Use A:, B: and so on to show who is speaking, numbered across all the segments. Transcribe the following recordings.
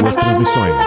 A: suas transmissões.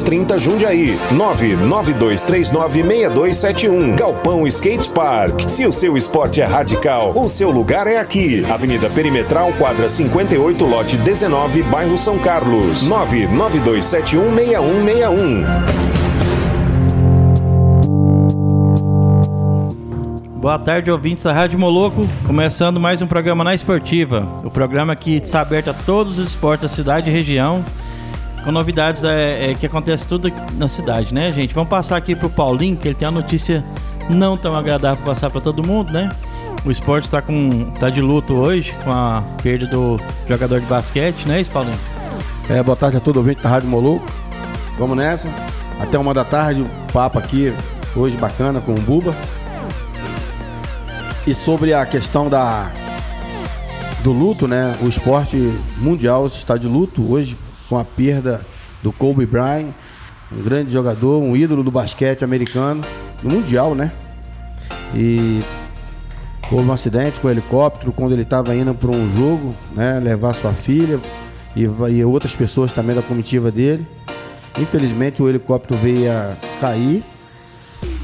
A: 30, Jundiaí. 992396271. Galpão Skate Park. Se o seu esporte é radical, o seu lugar é aqui. Avenida Perimetral, quadra 58, lote 19, bairro São Carlos. 992716161.
B: Boa tarde, ouvintes da Rádio Moloco. Começando mais um programa na Esportiva. O programa que está aberto a todos os esportes da cidade e região. Com novidades da- é, que acontece tudo na cidade, né, gente? Vamos passar aqui pro Paulinho, que ele tem uma notícia não tão agradável pra passar para todo mundo, né? O esporte está com, tá de luto hoje, com a perda do jogador de basquete, né, isso, Paulinho?
C: É, boa tarde a todo ouvinte da Rádio Moloco. Vamos nessa. Até uma da tarde, o papo aqui hoje bacana com o Buba. E sobre a questão da do luto, né? O esporte mundial está de luto hoje com a perda do Kobe Bryant, um grande jogador, um ídolo do basquete americano, do mundial, né? E Houve um acidente com o helicóptero quando ele estava indo para um jogo, né? Levar sua filha e, va- e outras pessoas também da comitiva dele. Infelizmente o helicóptero veio a cair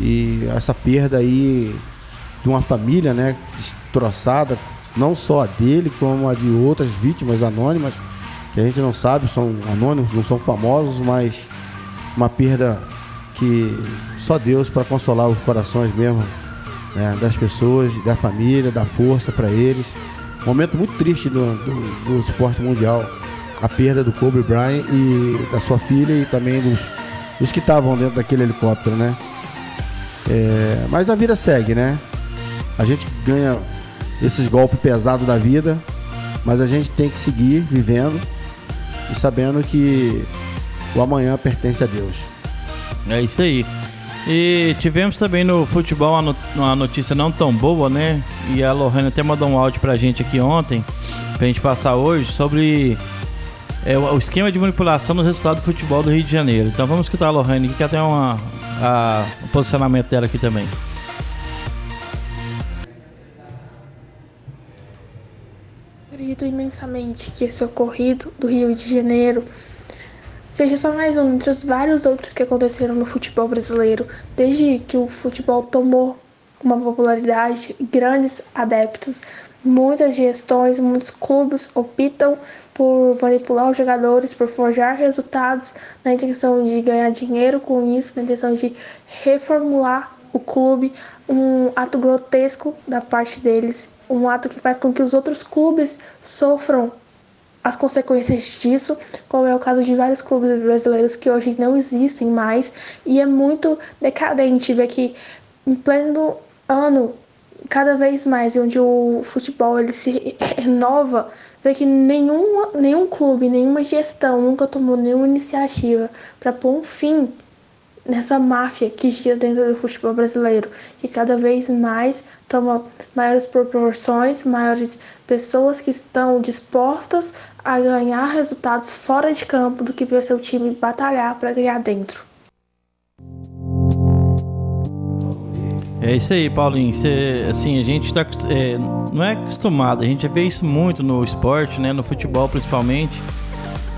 C: e essa perda aí de uma família, né? Destroçada, não só a dele, como a de outras vítimas anônimas, que a gente não sabe, são anônimos, não são famosos, mas uma perda que só Deus para consolar os corações mesmo né, das pessoas, da família, da força para eles. Momento muito triste do, do, do esporte mundial, a perda do Kobe Bryant e da sua filha e também dos, dos que estavam dentro daquele helicóptero, né? É, mas a vida segue, né? A gente ganha esses golpes pesados da vida, mas a gente tem que seguir vivendo e sabendo que o amanhã pertence a Deus.
B: É isso aí. E tivemos também no futebol uma no- uma notícia não tão boa, né? E a Lohane até mandou um áudio pra gente aqui ontem, pra gente passar hoje, sobre é, o o esquema de manipulação no resultado do futebol do Rio de Janeiro. Então vamos escutar a Lohane aqui, que até uma, a- o posicionamento dela aqui também.
D: Acredito imensamente que esse ocorrido do Rio de Janeiro seja só mais um entre os vários outros que aconteceram no futebol brasileiro, desde que o futebol tomou uma popularidade, grandes adeptos, muitas gestões, muitos clubes optam por manipular os jogadores, por forjar resultados na intenção de ganhar dinheiro com isso, na intenção de reformular o clube, um ato grotesco da parte deles, um ato que faz com que os outros clubes sofram as consequências disso, como é o caso de vários clubes brasileiros que hoje não existem mais, e é muito decadente ver que em pleno ano, cada vez mais, onde o futebol ele se renova, ver que nenhum, nenhum clube, nenhuma gestão nunca tomou nenhuma iniciativa para pôr um fim nessa máfia que gira dentro do futebol brasileiro, que cada vez mais toma maiores proporções, maiores pessoas que estão dispostas a ganhar resultados fora de campo do que ver seu time batalhar para ganhar dentro.
B: É isso aí, Paulinho. Cê, assim, a gente tá, acos- é, não é acostumado, a gente vê isso muito no esporte, né? No futebol principalmente.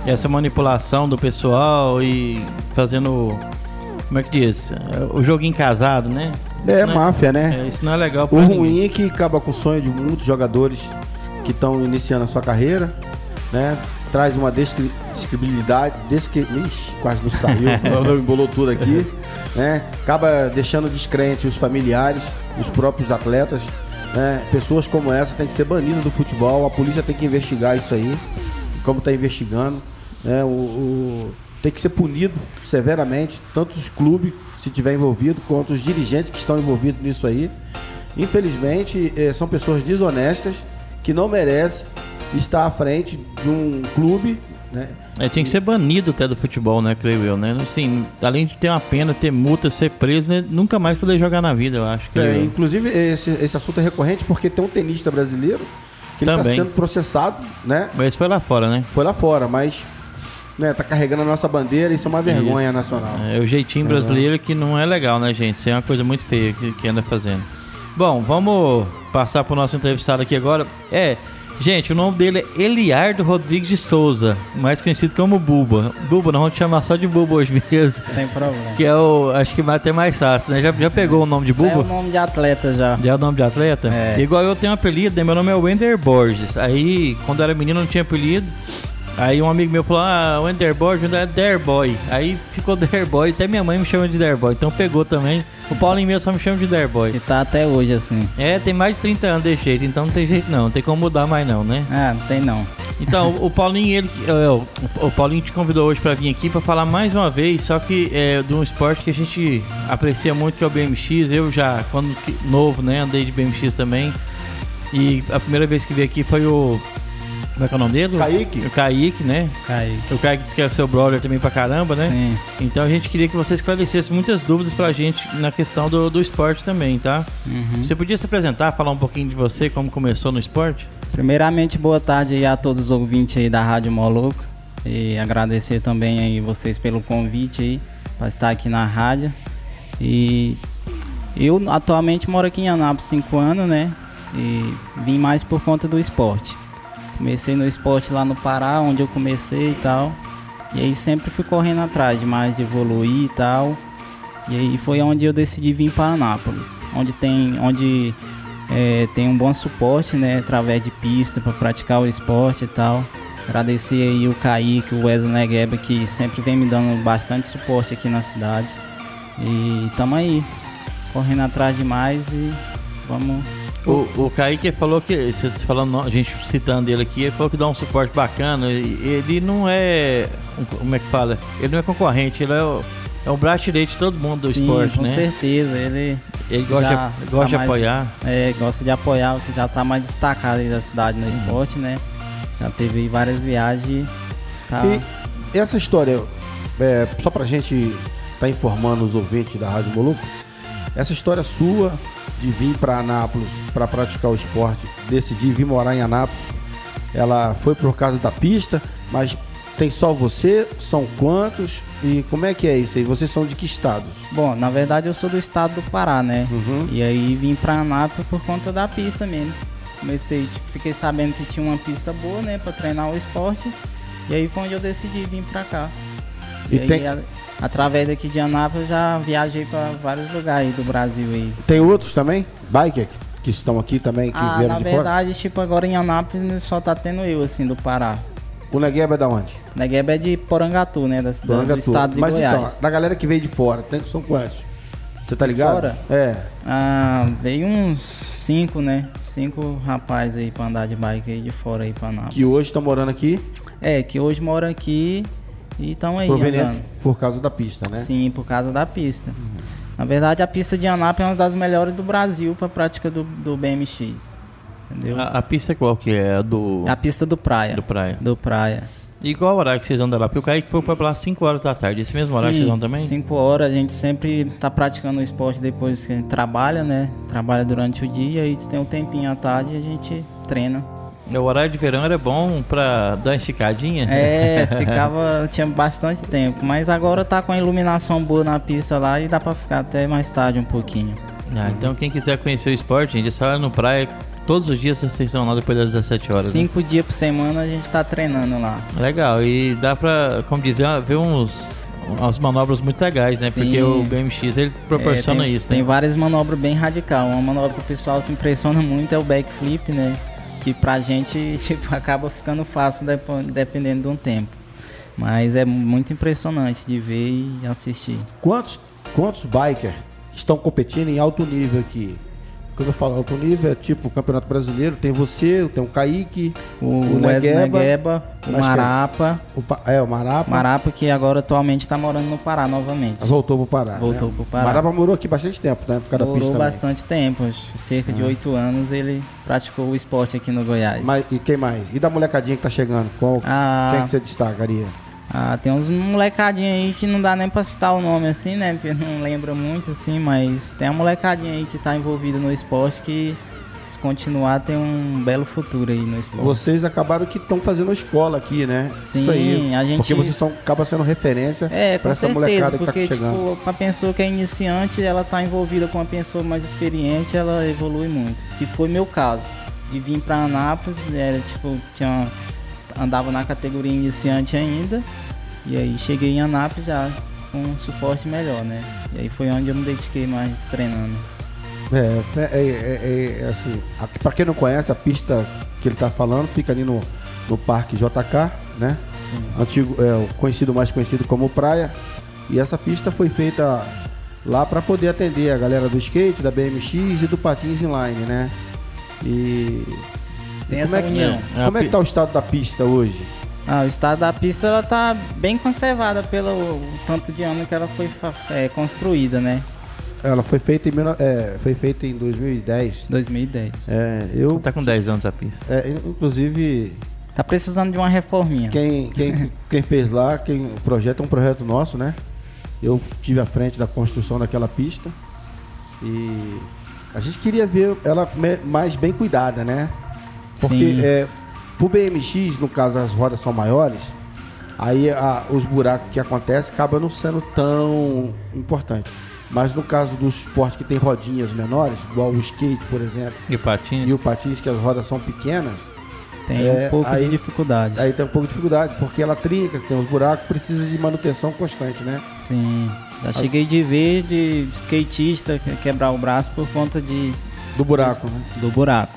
B: Essa manipulação do pessoal e fazendo. Como é que diz? O joguinho casado, né?
C: É,
B: Isso não
C: máfia, né?
B: é, isso não é legal pra
C: O
B: ninguém.
C: ruim é que acaba com o sonho de muitos jogadores que estão iniciando a sua carreira, né? Traz uma descri- describilidade, descri... Ixi, quase não saiu, não embolou tudo aqui, né? Acaba deixando descrente os familiares, os próprios atletas, né? Pessoas como essa têm que ser banidas do futebol, a polícia tem que investigar isso aí, como está investigando, né? O, o- Tem que ser punido severamente, tanto os clubes, se tiver envolvido, quanto os dirigentes que estão envolvidos nisso aí. Infelizmente, eh, são pessoas desonestas que não merecem estar à frente de um clube né?
B: É, tinha que ser banido até do futebol, né, creio eu, né? Assim, além de ter uma pena, ter multa, ser preso, né, nunca mais poder jogar na vida, eu acho.
C: É,
B: creio eu.
C: inclusive, esse, esse assunto é recorrente porque tem um tenista brasileiro que ele está
B: Também.
C: sendo processado, né?
B: Mas foi lá fora, né?
C: Foi lá fora, mas né, tá carregando a nossa bandeira e isso é uma vergonha nacional.
B: É o jeitinho brasileiro que não é legal, né, gente? Isso é uma coisa muito feia que, que anda fazendo. Bom, vamos passar pro nosso entrevistado aqui agora. É, gente, o nome dele é Eliardo Rodrigues de Souza, mais conhecido como Buba. Buba, nós vamos te chamar só de Buba hoje mesmo.
E: Sem problema.
B: Que é o. Acho que vai até mais fácil, né? Já, já pegou o nome de
E: É o
B: Buba?
E: nome de atleta já.
B: Já é o nome de atleta?
E: É.
B: Igual eu tenho um apelido, né? meu nome é Wender Borges. Aí, quando eu era menino, não tinha apelido. Aí um amigo meu falou, ah, Wender Borges é Derboy. Aí ficou Derboy, até minha mãe me chama de Derboy. Então pegou também. O Paulinho meu só me chama de Derboy.
E: E tá até hoje assim.
B: É, tem mais de 30 anos desse jeito, então não tem jeito não, não tem como mudar mais não, né?
E: Ah, não tem não.
B: Então, o Paulinho, ele, é, o- o Paulinho te convidou hoje pra vir aqui pra falar mais uma vez, só que é, de um esporte que a gente aprecia muito, que é o BMX. Eu já, quando que- novo, né, andei de BMX também. E a primeira vez que veio aqui foi o. Como é que é o nome dele?
C: Kaique.
B: O Kaique, né?
E: Caiu.
B: O Kaique disse que é seu brother também pra caramba, né?
E: Sim.
B: Então a gente queria que você esclarecesse muitas dúvidas pra gente na questão do, do esporte também, tá? Você podia se apresentar, falar um pouquinho de você, como começou no esporte?
E: Primeiramente, boa tarde aí a todos os ouvintes aí da Rádio Moloco. E agradecer também aí vocês pelo convite aí para estar aqui na rádio. E eu atualmente moro aqui em Anápolis 5 anos, né? E vim mais por conta do esporte. Comecei no esporte lá no Pará, onde eu comecei e tal. E aí sempre fui correndo atrás de mais de evoluir e tal. E aí foi onde eu decidi vir para Anápolis, onde tem, onde é, tem um bom suporte, né, através de pista para praticar o esporte e tal. Agradecer aí o Kaique, o Wesley Negueba, que sempre vem me dando bastante suporte aqui na cidade. E tamo aí, correndo atrás demais e vamos.
B: O, o Kaique falou que, você falando, a gente citando ele aqui, ele falou que dá um suporte bacana. e Ele não é. um- Como é que fala? Ele não é concorrente, ele é o, é o braço direito de todo mundo do
E: Sim,
B: esporte,
E: com
B: né?
E: certeza, ele
B: Ele gosta, de-
E: já
B: gosta de
E: tá mais-
B: apoiar.
E: é, gosta de apoiar o que já tá mais destacado aí da cidade
B: Uhum.
E: no esporte, né? Já teve aí várias viagens. Tá...
C: E essa história, é, só pra gente tá informando os ouvintes da Rádio Moluco, essa história sua de vir pra Anápolis pra praticar o esporte, decidir vir morar em Anápolis, ela foi por causa da pista, mas tem só você, são quantos e como é que é isso aí? Vocês são de que estados?
E: Bom, na verdade eu sou do estado do Pará, né?
B: Uhum.
E: E aí vim pra Anápolis por conta da pista mesmo. Comecei, tipo, fiquei sabendo que tinha uma pista boa, né, pra treinar o esporte. E aí foi onde eu decidi vir pra cá. E,
C: E
E: aí,
C: tem-
E: a- através daqui de Anápolis, eu já viajei pra vários lugares aí do Brasil aí.
C: Tem outros também? Biker que- que estão aqui também, que
E: Ah,
C: vieram
E: na
C: de
E: verdade, tipo, agora em Anápolis só tá tendo eu, assim, do Pará.
C: fora? O Negueba é da onde?
E: Negueba é de Porangatu, né, da cidade, do
C: Porangatu.
E: estado de
C: Mas
E: Goiás.
C: então, da galera que veio de fora, tem, são quantos? Você tá ligado?
E: fora?
C: É.
E: Ah, veio uns cinco, né? Cinco rapazes aí pra andar de bike aí de fora aí pra Anápolis.
C: que hoje estão morando aqui,
E: É, que hoje moram aqui e estão aí
C: proveniente
E: andando.
C: por causa da pista, né? Uhum.
E: Sim, por causa da pista. Na verdade, a pista de Anápolis é uma das melhores do Brasil pra prática do, do BMX. Entendeu?
C: Ah,
B: A, a pista qual que é? A Do,
E: A pista do Praia.
B: do praia.
E: Do Praia.
B: E qual horário que vocês andam lá? Porque o Kaique foi pra lá 5 horas da tarde. Esse mesmo horário que
E: Sim,
B: vocês vão também?
E: Cinco horas, a gente sempre tá praticando o esporte depois que a gente trabalha, né? Trabalha durante o dia e tem um tempinho à tarde e a gente treina.
B: É, O horário de verão era bom pra dar uma esticadinha?
E: É, ficava, tinha bastante tempo, mas agora tá com a iluminação boa na pista lá e dá pra ficar até mais tarde um pouquinho.
B: Ah, então quem quiser conhecer o esporte, gente, é só ir no praia. Todos os dias vocês estão lá depois das 17 horas. né?
E: Cinco dias por semana a gente tá treinando lá.
B: Legal, e dá pra, como dizer, ver uns, umas manobras muito legais, né?
E: Sim.
B: Porque o BMX ele proporciona
E: É, tem,
B: isso, né?
E: Tem várias manobras bem radical. Uma manobra que o pessoal se impressiona muito é o backflip, né? Que pra gente, tipo, acaba ficando fácil depo- dependendo de um tempo. Mas é muito impressionante de ver e assistir.
C: Quantos, quantos bikers estão competindo em alto nível aqui? quando eu falo alto nível, é tipo o Campeonato Brasileiro, tem você, tem o Kaique,
E: O, o Wesley Negueba,
C: mas
E: o
C: quem?
E: Marapa.
C: o Pa- é, o Marapa.
E: Marapa que agora atualmente tá morando no Pará novamente.
C: Voltou pro Pará.
E: Voltou
C: né?
E: pro Pará.
C: Marapa morou aqui bastante tempo, né? Por causa da
E: Morou
C: pista. também. É.
E: bastante tempo, acho que cerca de oito anos ele praticou o esporte aqui no Goiás.
C: Mas, e quem mais? E da molecadinha que tá chegando? Qual,
E: Ah.
C: Quem é que você destacaria?
E: Ah, tem uns molecadinhos aí que não dá nem pra citar o nome assim, né? Porque não lembra muito assim, mas tem uma molecadinha aí que tá envolvida no esporte que se continuar tem um belo futuro aí no esporte.
C: Vocês acabaram que estão fazendo escola aqui, né?
E: Sim,
C: Isso aí.
E: a gente-
C: Porque vocês são, acabam sendo referência
E: É, com
C: pra essa
E: certeza,
C: molecada que tá
E: porque
C: chegando.
E: tipo, pra pessoa que é iniciante, ela tá envolvida com uma pessoa mais experiente, ela evolui muito. Que foi meu caso. De vir pra Anápolis, era tipo, tinha, andava na categoria iniciante ainda. E aí cheguei em Anápolis já com um suporte melhor, né? E aí foi onde eu me dediquei mais treinando.
C: É, é, é, é, é assim, a- pra quem não conhece, a pista que ele tá falando fica ali no, no Parque JK, né? Antigo, é, o conhecido, mais conhecido como Praia. E essa pista foi feita lá pra poder atender a galera do skate, da BMX e do patins inline, né? E...
E: Tem
C: e
E: essa
C: como é que,
E: união.
C: Como é que
B: É,
C: tá o estado da pista hoje?
E: Ah, o estado da pista ela tá bem conservada pelo o tanto de ano que ela foi fa- é, construída, né?
C: Ela foi feita em, 19 é, foi feita em 2010.
E: 2010.
C: É, eu,
B: Tá com 10 anos a pista.
C: é, inclusive,
E: Tá precisando de uma reforminha.
C: Quem, quem, quem fez lá, quem o projeto é um projeto nosso, né? Eu tive à frente da construção daquela pista e a gente queria ver ela me- mais bem cuidada, né? Porque
E: Sim.
C: é, pro BMX, no caso as rodas são maiores, aí a- os buracos que acontecem acabam não sendo tão importante. Mas no caso do esporte que tem rodinhas menores, igual o skate, por exemplo,
B: E patins.
C: e o patins, que as rodas são pequenas,
E: Tem
C: É,
E: um pouco
C: aí-
E: de dificuldade.
C: Aí tem um pouco de dificuldade, porque ela trinca, tem uns buracos, precisa de manutenção constante, né?
E: Sim. Já cheguei de ver de skatista que- quebrar o braço por conta de,
C: Do buraco, né?
E: do buraco.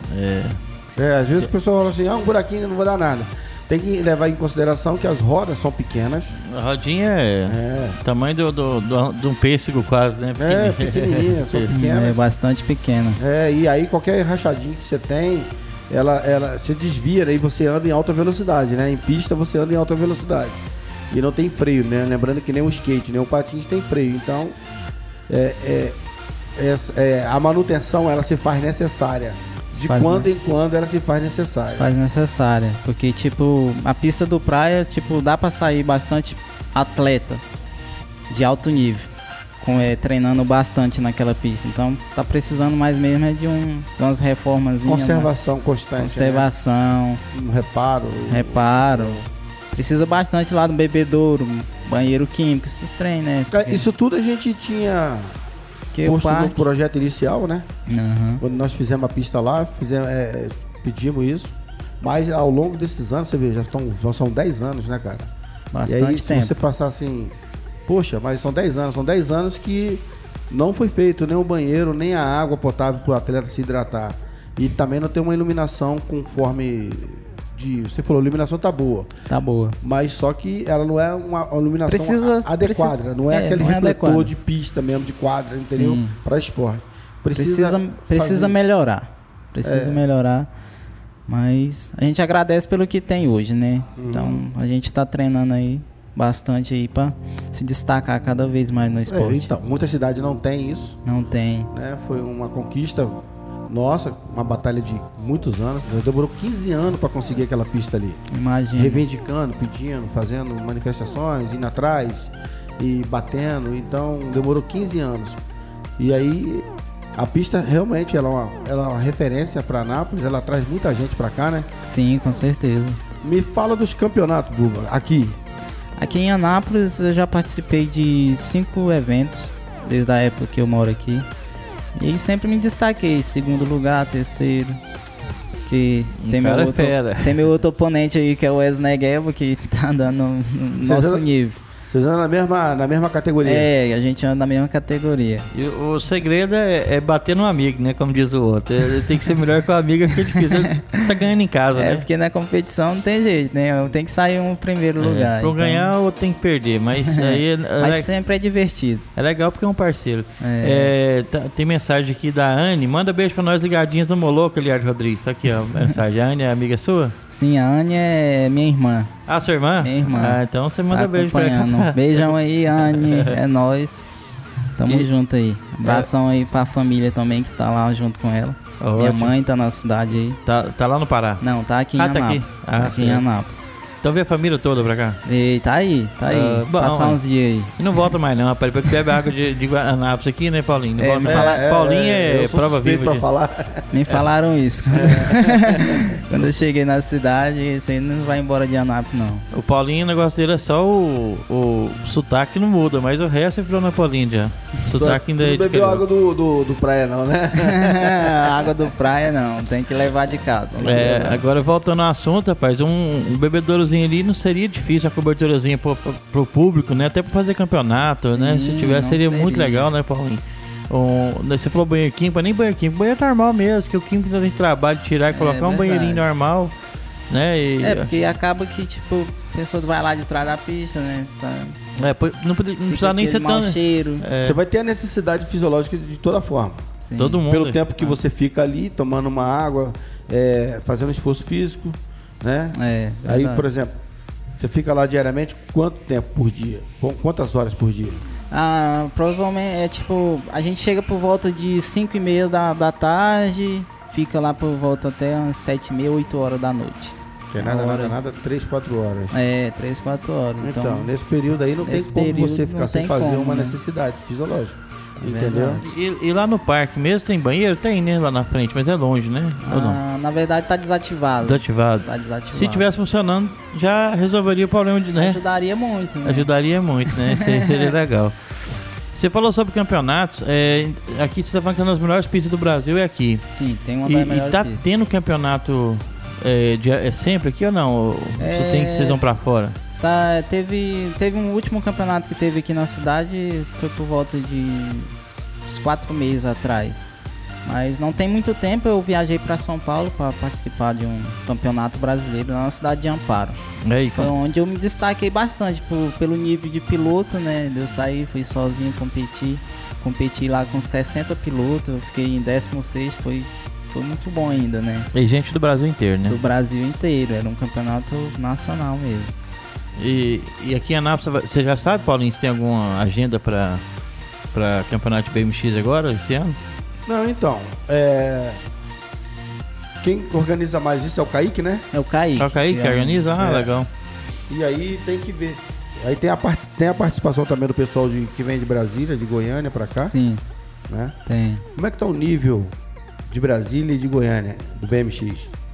C: É, às vezes o pessoal fala assim, ah, um buraquinho não vai dar nada. Tem que levar em consideração que as rodas são pequenas.
B: A rodinha é.
C: É,
B: Tamanho do, do, do, de um pêssego quase, né?
C: é
B: Pequenininho.
C: pequenininhas, são
E: É
C: pequenas.
E: bastante pequena.
C: É, e aí qualquer rachadinho que você tem, ela, ela se desvia né? e você anda em alta velocidade, né? Em pista você anda em alta velocidade. E não tem freio, né? Lembrando que nem o skate, nem o patins tem freio. Então, é, é- essa- é, a manutenção ela se faz necessária. De
E: faz,
C: quando
E: né?
C: em quando ela se faz necessária.
E: Faz necessária. Porque, tipo, a pista do praia, tipo, dá pra sair bastante atleta de alto nível. Com, é, treinando bastante naquela pista. Então tá precisando mais mesmo é de, um, de umas reformas.
C: Conservação constante. né?
E: Conservação.
C: Um reparo.
E: reparo. Precisa bastante lá do bebedouro, banheiro químico, esses trem, né?
C: É, Isso tudo a gente tinha
E: Porque o
C: posto no
E: parque...
C: projeto inicial, né?
E: Aham.
C: Quando nós fizemos a pista lá, fizemos, é, pedimos isso. Mas ao longo desses anos, você vê, já, estão, já são 10 anos, né, cara? e aí,
E: Bastante
C: se
E: tempo.
C: você passar assim, poxa, mas são 10 anos, são 10 anos que não foi feito nem o banheiro, nem a água potável para o atleta se hidratar. E também não tem uma iluminação conforme de. Você falou, a iluminação tá boa.
E: Tá boa.
C: Mas só que ela não é uma iluminação
E: Precisa-
C: a- adequada,
E: precisa-
C: não é,
E: é,
C: aquele
E: não é
C: refletor
E: adequada.
C: de pista mesmo, de quadra, entendeu?
E: Sim.
C: Para esporte.
E: Precisa, precisa
C: fazer- um- É.
E: melhorar. Precisa melhorar. Mas a gente agradece pelo que tem hoje, né?
C: Uhum.
E: Então a gente tá treinando aí bastante aí pra se destacar cada vez mais no
C: É,
E: esporte.
C: então, muita cidade não tem isso,
E: Não tem.
C: né? Foi uma conquista nossa, uma batalha de muitos anos. Demorou 15 anos para conseguir aquela pista ali.
B: Uhum.
E: Imagina.
C: Reivindicando, pedindo, fazendo manifestações, indo atrás e batendo. Então, demorou 15 anos. E aí, a pista realmente ela é uma, ela é uma referência para Anápolis, ela traz muita gente para cá, né?
E: Sim, com certeza.
C: Me fala dos campeonatos, Buba, aqui.
E: Aqui em Anápolis eu já participei de cinco eventos desde a época que eu moro aqui. E aí sempre me destaquei, segundo lugar, terceiro. Que tem meu,
B: cara é
E: outro,
B: fera.
E: tem meu outro oponente aí que é o Wesley Gueva, que tá andando no, no
C: Vocês
E: nosso
C: andam-
E: nível.
C: Vocês andam na mesma, na mesma categoria.
E: É, a gente anda na mesma categoria.
B: E o segredo é, é bater no amigo, né? Como diz o outro. Ele tem que ser melhor que o amigo, porque é difícil. Ele tá ganhando em casa,
E: É,
B: né?
E: porque na competição não tem jeito, né? Tem que sair um primeiro lugar.
B: É, Pra eu
E: então-
B: ganhar ou tem que perder, mas aí é, é
E: Mas
B: le-
E: sempre é divertido.
B: é legal porque é um parceiro. É, tá- tem mensagem aqui da Anne. Manda beijo pra nós ligadinhos do Moloco, Eliade Rodrigues. Tá aqui, ó. Mensagem. A Anne é amiga sua?
E: Sim, a Anne é minha irmã.
B: Ah, sua irmã?
E: Minha irmã.
B: Ah, então você manda
E: tá
B: beijo pra ela.
E: acompanhando. Beijão aí, Anne. É nóis. Tamo
B: E-
E: junto aí. Abração aí pra família também que tá lá junto com ela.
B: Ótimo.
E: Minha mãe tá na cidade aí.
B: Tá, tá lá no Pará.
E: Não, tá aqui em
B: Ah, tá aqui.
E: Anápolis. Tá
B: Ah,
E: aqui em
B: certo.
E: Anápolis.
B: Então vê a família toda pra cá.
E: E tá aí, tá aí.
B: Ah, bom,
E: Passar
B: olha.
E: uns dias aí.
B: E não volta mais, não, rapaz. Porque bebe água de, de Guaranapes aqui, né, Paulinho? Não
E: É,
B: volta mais.
E: fala-
B: Paulinho é,
C: eu sou
B: prova
C: suspeito
B: viva.
C: pra
B: de-
C: falar.
B: É.
E: Me falaram isso. Quando eu cheguei na cidade, você não vai embora de Anápolis, não.
B: O Paulinho, o negócio dele é só o, o sotaque não muda, mas o resto é na Paulinho já. O sotaque ainda
C: Tu
B: é
C: não bebeu água
B: diferente.
C: do, do, do praia, não, né?
E: Água do praia, não. Tem que levar de casa. né?
B: É, agora voltando ao assunto, rapaz, um, um bebedourozinho ali não seria difícil a coberturazinha pro, pro- pro público, né? Até pra fazer campeonato,
E: Sim,
B: né? Se
E: não
B: tivesse, seria, muito
E: seria.
B: legal, né, Paulinho? Um, você falou banheiro químico, mas nem banheiro químico, banheiro é normal mesmo, que o químico ainda tem trabalho de tirar e colocar um
E: É verdade.
B: banheirinho normal, né? E,
E: É, porque acaba que, tipo, a pessoa vai lá de trás da pista, né? Tá,
B: é, pô- não, pode- não
E: fica
B: precisa nem
E: aquele
B: ser
E: mau
B: tão.
E: cheiro.
B: É.
C: Você vai ter a necessidade fisiológica de toda forma.
E: Sim.
B: Todo mundo.
C: Pelo tempo que você fica ali, tomando uma água, é, fazendo esforço físico, né?
E: É,
C: Aí,
E: verdade.
C: por exemplo, você fica lá diariamente quanto tempo por dia? Qu- Quantas horas por dia?
E: Ah, provavelmente é tipo, a gente chega por volta de 5 e meia da, da tarde, fica lá por volta até umas 7 e meia, 8 horas da noite.
C: Que é
E: Uma
C: nada,
E: hora.
C: nada, nada, três, quatro horas.
E: É, 3, 4 horas. Então,
C: Então, nesse período aí não tem
E: nesse
C: como
E: período
C: você
E: não
C: ficar sem
E: tem
C: fazer
E: como,
C: uma
E: né?
C: necessidade fisiológica.
E: É
C: entendeu?
E: verdade.
B: E, e lá no parque mesmo tem banheiro? Tem, né? Lá na frente, mas é longe, né? Ou não?
E: ah, na verdade tá desativado.
B: Desativado.
E: Tá desativado.
B: Se tivesse funcionando, já resolveria o problema, de, né?
E: Ajudaria muito, né?
B: Ajudaria muito, né? Isso aí seria legal. Você falou sobre campeonatos. é, aqui você está falando que uma das melhores pistas do Brasil é aqui.
E: Sim, tem uma
B: E,
E: das
B: e
E: melhores
B: tá
E: pistas.
B: tendo campeonato é, de- é sempre aqui ou não? Ou Você
E: É.
B: tem que vocês vão pra fora?
E: Tá, teve, teve um último campeonato que teve aqui na cidade, foi por volta de uns quatro meses atrás. Mas não tem muito tempo eu viajei para São Paulo para participar de um campeonato brasileiro lá na cidade de Amparo.
B: É, e
E: Foi onde eu me destaquei bastante por- pelo nível de piloto, né? Eu saí, fui sozinho competir. Competi lá com 60 pilotos, eu fiquei em 16, foi, foi muito bom ainda, né?
B: e é gente do Brasil inteiro, né?
E: Do Brasil inteiro, era um campeonato nacional mesmo.
B: E, e aqui em Anápolis, você já sabe, Paulinho, se tem alguma agenda pra, pra campeonato de BMX agora, esse ano?
C: Não, então. é, Quem organiza mais isso é o Kaique, né?
E: É o Kaique.
B: Toca aí, que
E: é um-
B: organiza? Ah,
C: é.
B: legal.
C: E aí tem que ver. Aí tem a, par- tem a participação também do pessoal de- que vem de Brasília, de Goiânia pra cá.
E: Sim,
C: né?
E: tem.
C: Como é que tá o nível de Brasília e de Goiânia, do BMX?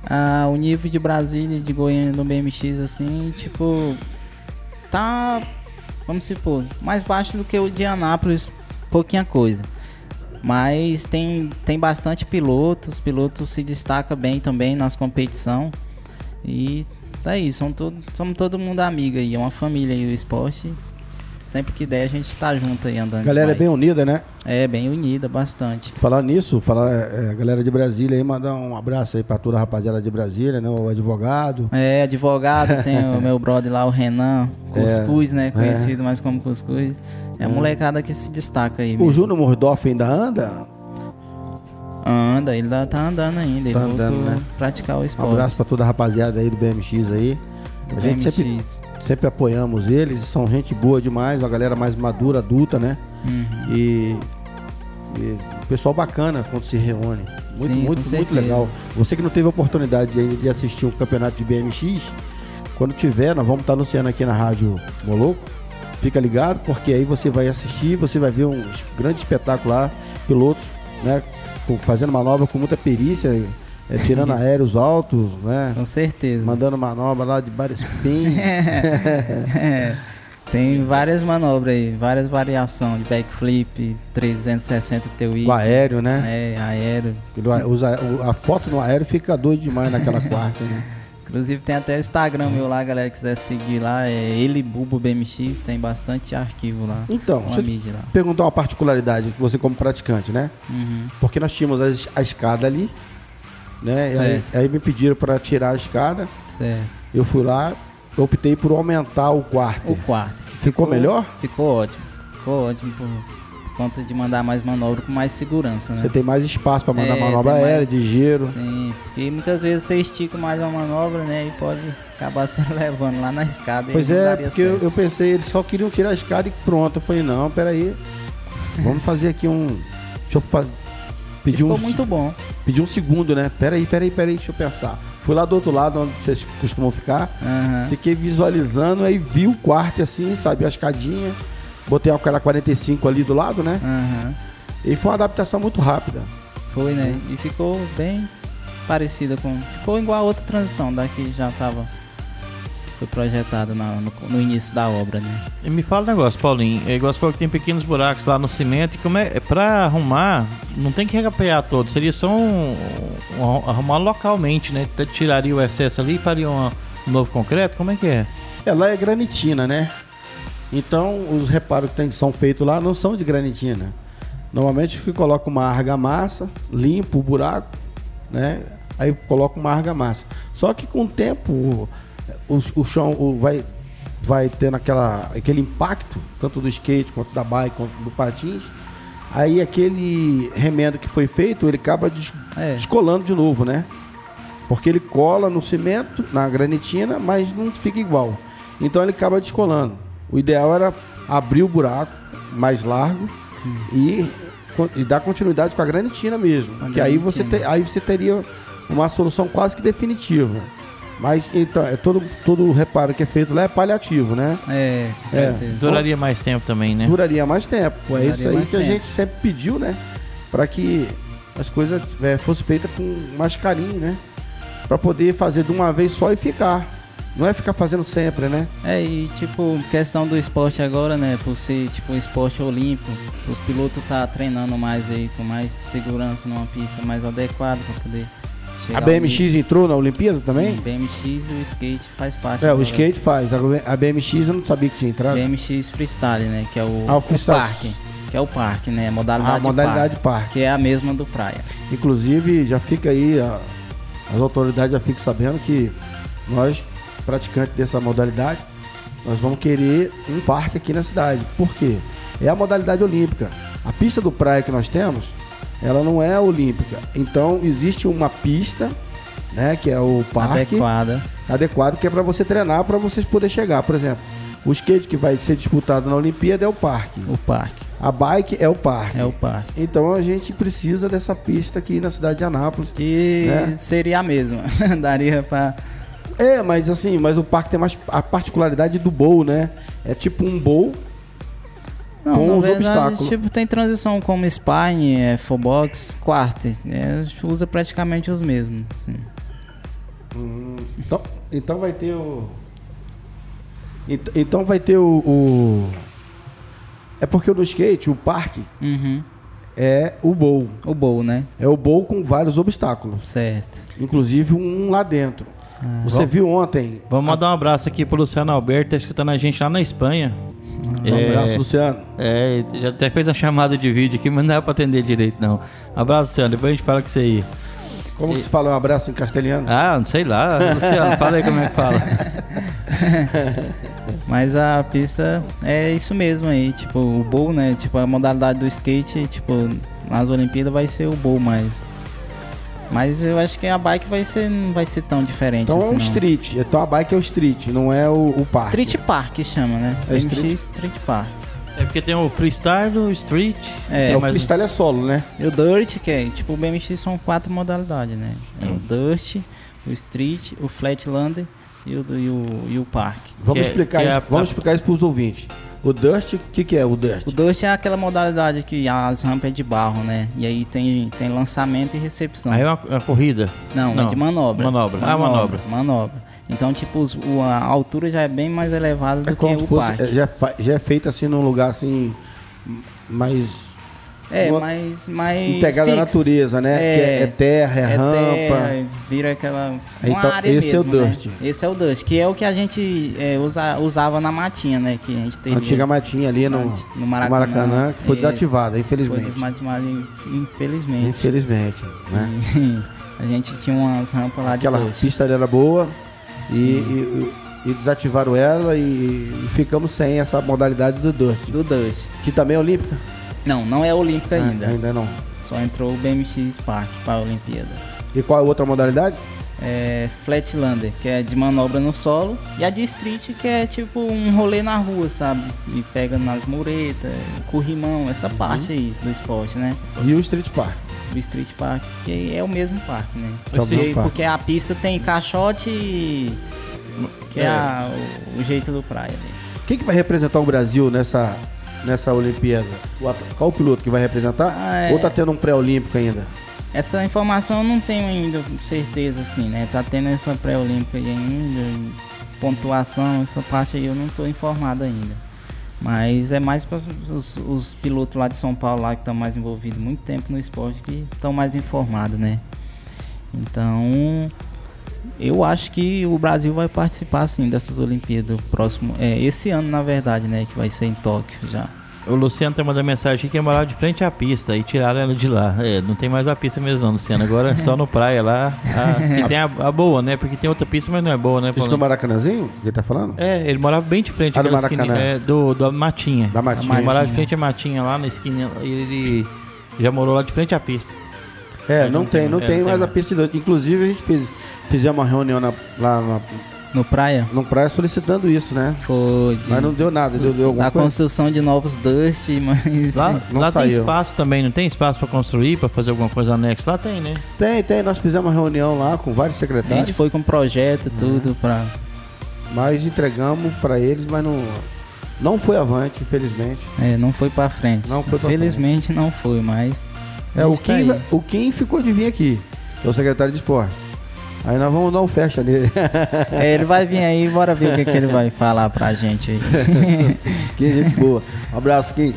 E: Ah, o nível de Brasília, e de Goiânia, do BMX, assim, tipo, tá, vamos supor, mais baixo do que o de Anápolis, pouquinha coisa. Mas tem, tem bastante piloto, os pilotos se destacam bem também nas competição E tá aí, somos todo, somos todo mundo amigo aí, é uma família aí o esporte. Sempre que der a gente tá junto aí andando.
C: A galera é bem
E: demais.
C: unida, né?
E: É, bem unida, bastante.
C: Falar nisso, falar é, a galera de Brasília aí, mandar um abraço aí pra toda a rapaziada de Brasília, né? O advogado.
E: É, advogado, tem o meu brother lá, o Renan,
C: É,
E: Cuscuz, né? Conhecido mais como Cuscuz. É a molecada que se destaca aí.
C: O
E: mesmo.
C: Júnior Murdoff ainda anda?
E: Anda, ele dá- tá andando ainda, ele
C: Tá
E: voltou
C: andando, né?
E: a praticar o
C: Um
E: esporte.
C: abraço pra toda a rapaziada aí do BMX aí. A gente sempre,
E: BMX.
C: sempre apoiamos eles, são gente boa demais, uma galera mais madura, adulta, né?
E: Uhum.
C: E, e pessoal bacana quando se reúne. Muito,
E: Sim, com
C: muito, muito
E: certeza.
C: legal. Você que não teve a oportunidade ainda de assistir o campeonato de BMX, quando tiver, nós vamos estar anunciando aqui na Rádio Moloco. Fica ligado, porque aí você vai assistir, você vai ver um es- grande espetáculo lá, pilotos, né? com- Fazendo manobra com muita perícia, eh, tirando aéreos altos, né?
E: Com certeza.
C: Mandando manobra lá de vários pins.
E: Tem várias manobras aí, várias variações de backflip, 360 TUI,
C: O aéreo, né?
E: é, aéreo.
C: Aquele a- os a- o- a foto no aéreo fica doido demais naquela quarta, né?
E: Inclusive tem até o Instagram meu lá, galera, que quiser seguir lá, é ele Bubo BMX, tem bastante arquivo lá.
C: Então,
E: uma
C: deixa eu te
E: mídia lá.
C: perguntar uma particularidade, você como praticante, né?
E: Uhum.
C: Porque nós tínhamos as- a, escada ali, né? E aí, aí me pediram para tirar a escada,
E: Certo.
C: eu fui lá, eu optei por aumentar o quarto.
E: O quarto. que
C: Ficou melhor?
E: Ficou Ah. ótimo. Ficou ótimo por, por conta de mandar mais manobra com mais segurança, né?
C: Você tem mais espaço para mandar
E: É,
C: manobra
E: tem
C: aérea,
E: mais-
C: de giro.
E: Sim, porque muitas vezes você estica mais uma manobra, né? E pode acabar se levando lá na escada. e
C: Pois
E: não
C: é,
E: daria
C: porque eu,
E: certo.
C: eu pensei, eles só queriam tirar a escada e pronto. Eu falei, não, peraí. Vamos fazer aqui um. Deixa eu fazer.
E: E
C: Pedir
E: ficou
C: um,
E: muito bom.
C: pedir um segundo, né? Peraí, peraí, peraí, deixa eu pensar. Fui lá do outro lado, onde vocês costumam ficar.
E: Aham.
C: Fiquei visualizando, aí vi o quarto assim, sabe? A escadinha. Botei aquela 45 ali do lado, né?
E: Aham.
C: E foi uma adaptação muito rápida.
E: Foi, né? E ficou bem parecida com. Ficou igual a outra transição da que já tava. Foi projetada na- no, no início da obra, né?
B: E me fala um negócio, Paulinho. É igual você falou que tem pequenos buracos lá no cimento. E como é, é pra arrumar, não tem que recapear todo. Seria só um, um- arrumar localmente, né? Até Tiraria o excesso ali e faria uma- um novo concreto? Como é que é?
C: Ela é granitina, né? Então, os reparos que tem- são feitos lá não são de granitina. Normalmente, que coloca uma argamassa, limpa o buraco, né? Aí coloca uma argamassa. Só que com o tempo, o, o- o chão o- vai, vai tendo aquela, aquele impacto, tanto do skate, quanto da bike, quanto do patins. Aí aquele remendo que foi feito, ele acaba des-
E: É.
C: descolando de novo, né? Porque ele cola no cimento, na granitina, mas não fica igual. Então ele acaba descolando. O ideal era abrir o buraco mais largo e, con- e dar continuidade com a granitina mesmo.
E: Com a
C: que aí você,
E: granitina.
C: te- aí você teria uma solução quase que definitiva. Mas então, é todo, todo o reparo que é feito lá é paliativo, né?
E: É, com certeza.
B: Duraria mais tempo também, né?
C: Duraria mais tempo. É
E: É. Duraria
C: isso aí que
E: mais
C: a
E: tempo.
C: gente sempre pediu, né? Para que as coisas é, fossem feitas com mais carinho, né? Para poder fazer de uma vez só e ficar. Não é ficar fazendo sempre, né?
E: É, e tipo, questão do esporte agora, né? Por ser tipo um esporte olímpico, os pilotos tá treinando mais aí, com mais segurança numa pista mais adequada pra poder chegar.
C: a
E: ao
C: BMX
E: nível.
C: entrou na Olimpíada também?
E: um Sim, BMX e o skate faz parte.
C: é, o
E: agora.
C: skate faz. A a BMX eu não sabia que tinha entrado.
E: BMX Freestyle, né? Que é o,
C: Ah, o
E: o
C: freestyle. Ah,
E: parque. Que é o parque, né? Modalidade,
C: A modalidade parque.
E: Que é a mesma do praia.
C: Inclusive, já fica aí, a- as autoridades já ficam sabendo que nós, praticantes dessa modalidade, nós vamos querer um parque aqui na cidade. Por quê? É a modalidade olímpica. A pista do praia que nós temos, ela não é olímpica. Então, existe uma pista, né, que é o parque
E: Adequada.
C: adequado que é para você treinar, para vocês poderem chegar. Por exemplo, o skate que vai ser disputado na Olimpíada é o parque.
E: O parque.
C: A bike é o parque.
E: É o parque.
C: Então a gente precisa dessa pista aqui na cidade de Anápolis.
E: E
C: É.
E: seria a mesma. Daria pra.
C: É, mas assim, mas o parque tem mais a particularidade do bowl, né? É tipo um bowl.
E: Não,
C: Com
E: na
C: os
E: verdade,
C: obstáculos.
E: Tipo, tem transição como Spine, é, Fobox, Quartes. É, usa praticamente os mesmos. Assim.
C: Então, então vai ter o. Ent- Então vai ter o, o- É porque no skate o parque
E: Uhum.
C: é o bowl.
E: O bowl, né?
C: É o bowl com vários obstáculos,
E: Certo.
C: inclusive um lá dentro.
E: É.
C: Você viu ontem?
B: Vamos mandar um abraço aqui pro Luciano Alberto, tá escutando a gente lá na Espanha.
C: Um abraço, Luciano.
B: É, já até fez uma chamada de vídeo aqui, mas não dá pra atender direito, não. Abraço, Luciano. Depois a gente fala com você aí.
C: Como que se fala um abraço em castelhano?
B: Ah, não sei lá. Luciano, fala aí como é que fala.
E: Mas a pista é isso mesmo aí, tipo, o bowl, né? Tipo, a modalidade do skate, tipo, nas Olimpíadas vai ser o bowl mais. Mas eu acho que a bike vai ser, não vai ser tão diferente
C: Então é
E: assim,
C: um
E: não.
C: street. Então a bike é o street, não é o, o parque.
E: Street Park chama, né?
C: É
E: BMX
C: street?
E: Street, Park.
B: É porque tem o freestyle, o street.
E: É,
C: É, o
B: mais um.
C: freestyle é solo, né?
E: E o Dirt, que é, tipo, o BMX são quatro modalidades, né? É
B: Hum.
E: o Dirt, o Street, o Flatlander e o, e o, e o Park.
C: Vamos
B: Que é-
C: explicar
B: que é
C: isso.
B: a-
C: Vamos explicar isso para os ouvintes. O Dust, o que, que é o Dust?
E: O Dirt é aquela modalidade que as rampas é de barro, né? E aí tem, tem lançamento e recepção.
B: Aí é uma, uma corrida.
E: Não, é de manobra.
B: Manobra. Ah, manobra.
E: Manobra. Então, tipo, os- o- a altura já é bem mais elevada do que o parque.
C: é, já, fa- já é feito assim num lugar assim mais
E: É,
C: uma-
E: mas. mas
C: integrada à
E: fixo.
C: natureza, né? Que é- é terra, é rampa.
E: vira aquela.
C: Aí
E: uma
C: tá-
E: área
C: esse é o
E: mesmo, né?
C: dust.
E: Esse é o Dust, que é o que a gente é, usa- usava na matinha, né? Que a gente teve.
C: Antiga matinha ali no,
E: Antes,
C: no Maracanã, que foi
E: é,
C: desativada,
E: foi
C: infelizmente.
E: desmatimada, infelizmente.
C: Infelizmente, né?
E: a gente tinha umas rampas lá de
C: Aquela
E: Dust.
C: pista era boa e, e- e desativaram ela e, e ficamos sem essa modalidade do Dirt.
E: Do Dust.
C: Que também é olímpica?
E: Não, não é olímpica ainda.
C: Ah, ainda não.
E: Só entrou o BMX Park para a Olimpíada.
C: E qual é a outra modalidade?
E: É Flatlander, que é de manobra no solo. E a de street, que é tipo um rolê na rua, sabe? E pega nas muretas, corrimão,
C: Uhum.
E: essa parte aí do esporte, né?
C: Rio Street Park.
E: O Street Park, que é o mesmo parque, né?
C: Que é o mesmo
E: Porque,
C: parque.
E: porque a pista tem caixote e... Que é, a- o, o jeito do praia. né?
C: Quem que vai representar o Brasil nessa, nessa Olimpíada? O at- Qual o piloto que vai representar?
E: Ah, é.
C: Ou tá tendo um pré-olímpico ainda?
E: Essa informação eu não tenho ainda certeza, assim, né? Tá tendo essa pré-olímpica aí ainda, e pontuação, essa parte aí eu não tô informado ainda. Mas é mais para os, os pilotos lá de São Paulo, lá que estão mais envolvidos muito tempo no esporte, que estão mais informados, né? Então, eu acho que o Brasil vai participar, sim, dessas Olimpíadas o próximo... É, esse ano, na verdade, né? Que vai ser em Tóquio já.
B: O Luciano tá mandando mensagem aqui que morava de frente à pista e tiraram ela de lá. É, não tem mais a pista mesmo não, Luciano. Agora é só no praia lá. A, e tem a, a boa, né? Porque tem outra pista, mas não é boa, né?
C: Isso
B: Paulinho?
C: no Maracanãzinho? que Ele tá falando?
B: É, ele morava bem de frente
C: Ah, do
B: àquela
C: Maracanã.
B: é, do, da Matinha.
C: Da Matinha.
B: Ele morava de
E: Matinha.
B: frente à Matinha lá na esquina. e Ele já morou lá de frente à pista.
C: É,
B: É,
C: não,
B: não
C: tem,
B: tem,
C: não
B: é,
C: tem
B: não tem
C: mais a
B: mais.
C: pista de Dirt. Inclusive, a gente fez, fizemos uma reunião na- lá na,
E: No praia?
C: no praia solicitando isso, né?
E: Foi... de-
C: Mas não deu nada, deu, deu alguma
E: A
C: coisa.
E: construção de novos Dust, mas.
B: Lá,
C: não
B: lá tem
C: saiu.
B: espaço também, não tem espaço pra construir, pra fazer alguma coisa anexa? Lá tem, né?
C: Tem, tem, nós fizemos uma reunião lá Hum. com vários
E: A gente
C: secretários,
E: foi com um projeto e tudo pra.
C: mas entregamos pra eles, mas não, não foi avante, infelizmente.
E: é, não foi pra frente.
C: Não foi pra
E: Felizmente não foi, mas.
C: É, o
E: mas tá
C: Kim,
E: aí.
C: o Kim ficou de vir aqui, que é o secretário de esporte. Aí nós vamos dar um fecha nele.
E: É, ele vai vir aí, bora ver o que, que ele vai falar pra gente aí.
C: que gente boa. Um abraço, Kim.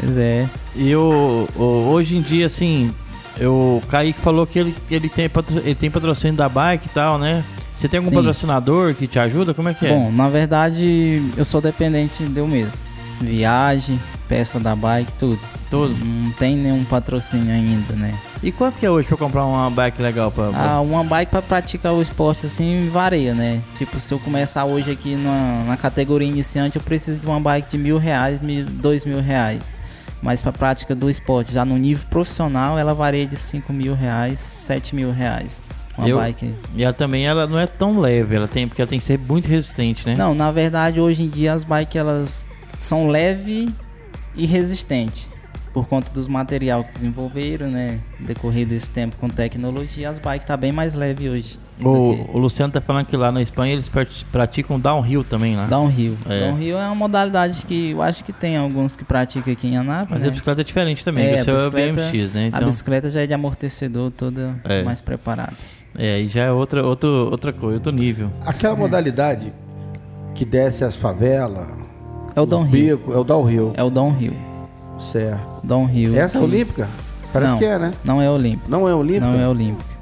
E: Pois é.
B: E o, o- hoje em dia, assim, eu, o Kaique falou que ele, ele, tem, patro- ele tem patrocínio da bike e tal, né? Você tem algum
E: Sim.
B: patrocinador que te ajuda? Como é que é?
E: Bom, na verdade, eu sou dependente de eu mesmo. Viagem, peça da bike, tudo.
B: Tudo.
E: Não tem nenhum patrocínio ainda, né?
B: E quanto que é hoje pra eu comprar uma bike legal pra. pra-
E: Ah, uma bike pra praticar o esporte assim varia, né? Tipo, se eu começar hoje aqui na, na categoria iniciante, eu preciso de uma bike de mil reais, mil, dois mil reais. Mas pra prática do esporte, já no nível profissional, ela varia de cinco mil reais, sete mil reais. Uma
B: Eu-
E: bike.
B: E ela também ela não é tão leve, ela tem, porque ela tem que ser muito resistente, né?
E: Não, na verdade, hoje em dia as bikes elas são leve e resistente. Por conta dos material que desenvolveram, né? Decorrido esse tempo com tecnologia, as bikes tá bem mais leve hoje. do que-
B: O, o Luciano tá falando que lá na Espanha eles prati- praticam downhill também lá.
E: Downhill.
B: É.
E: Downhill é uma modalidade que eu acho que tem alguns que praticam aqui em Anápolis.
B: Mas
E: né?
B: a bicicleta é diferente também, que o
E: a
B: seu é
E: bicicleta-
B: BMX, né?
E: A
B: Então,
E: bicicleta já é de amortecedor, toda
B: É.
E: mais preparada.
B: é, aí já é outra, outra, outra coisa, outro nível.
C: Aquela modalidade que desce as favelas,
E: É o
C: o
E: Downhill.
C: bico, é o downhill.
E: É o Downhill.
C: Certo.
E: Downhill.
C: Essa é olímpica? Parece
E: Não.
C: que é, né?
E: Não é olímpico.
C: Não é olímpica?
E: Não é olímpico.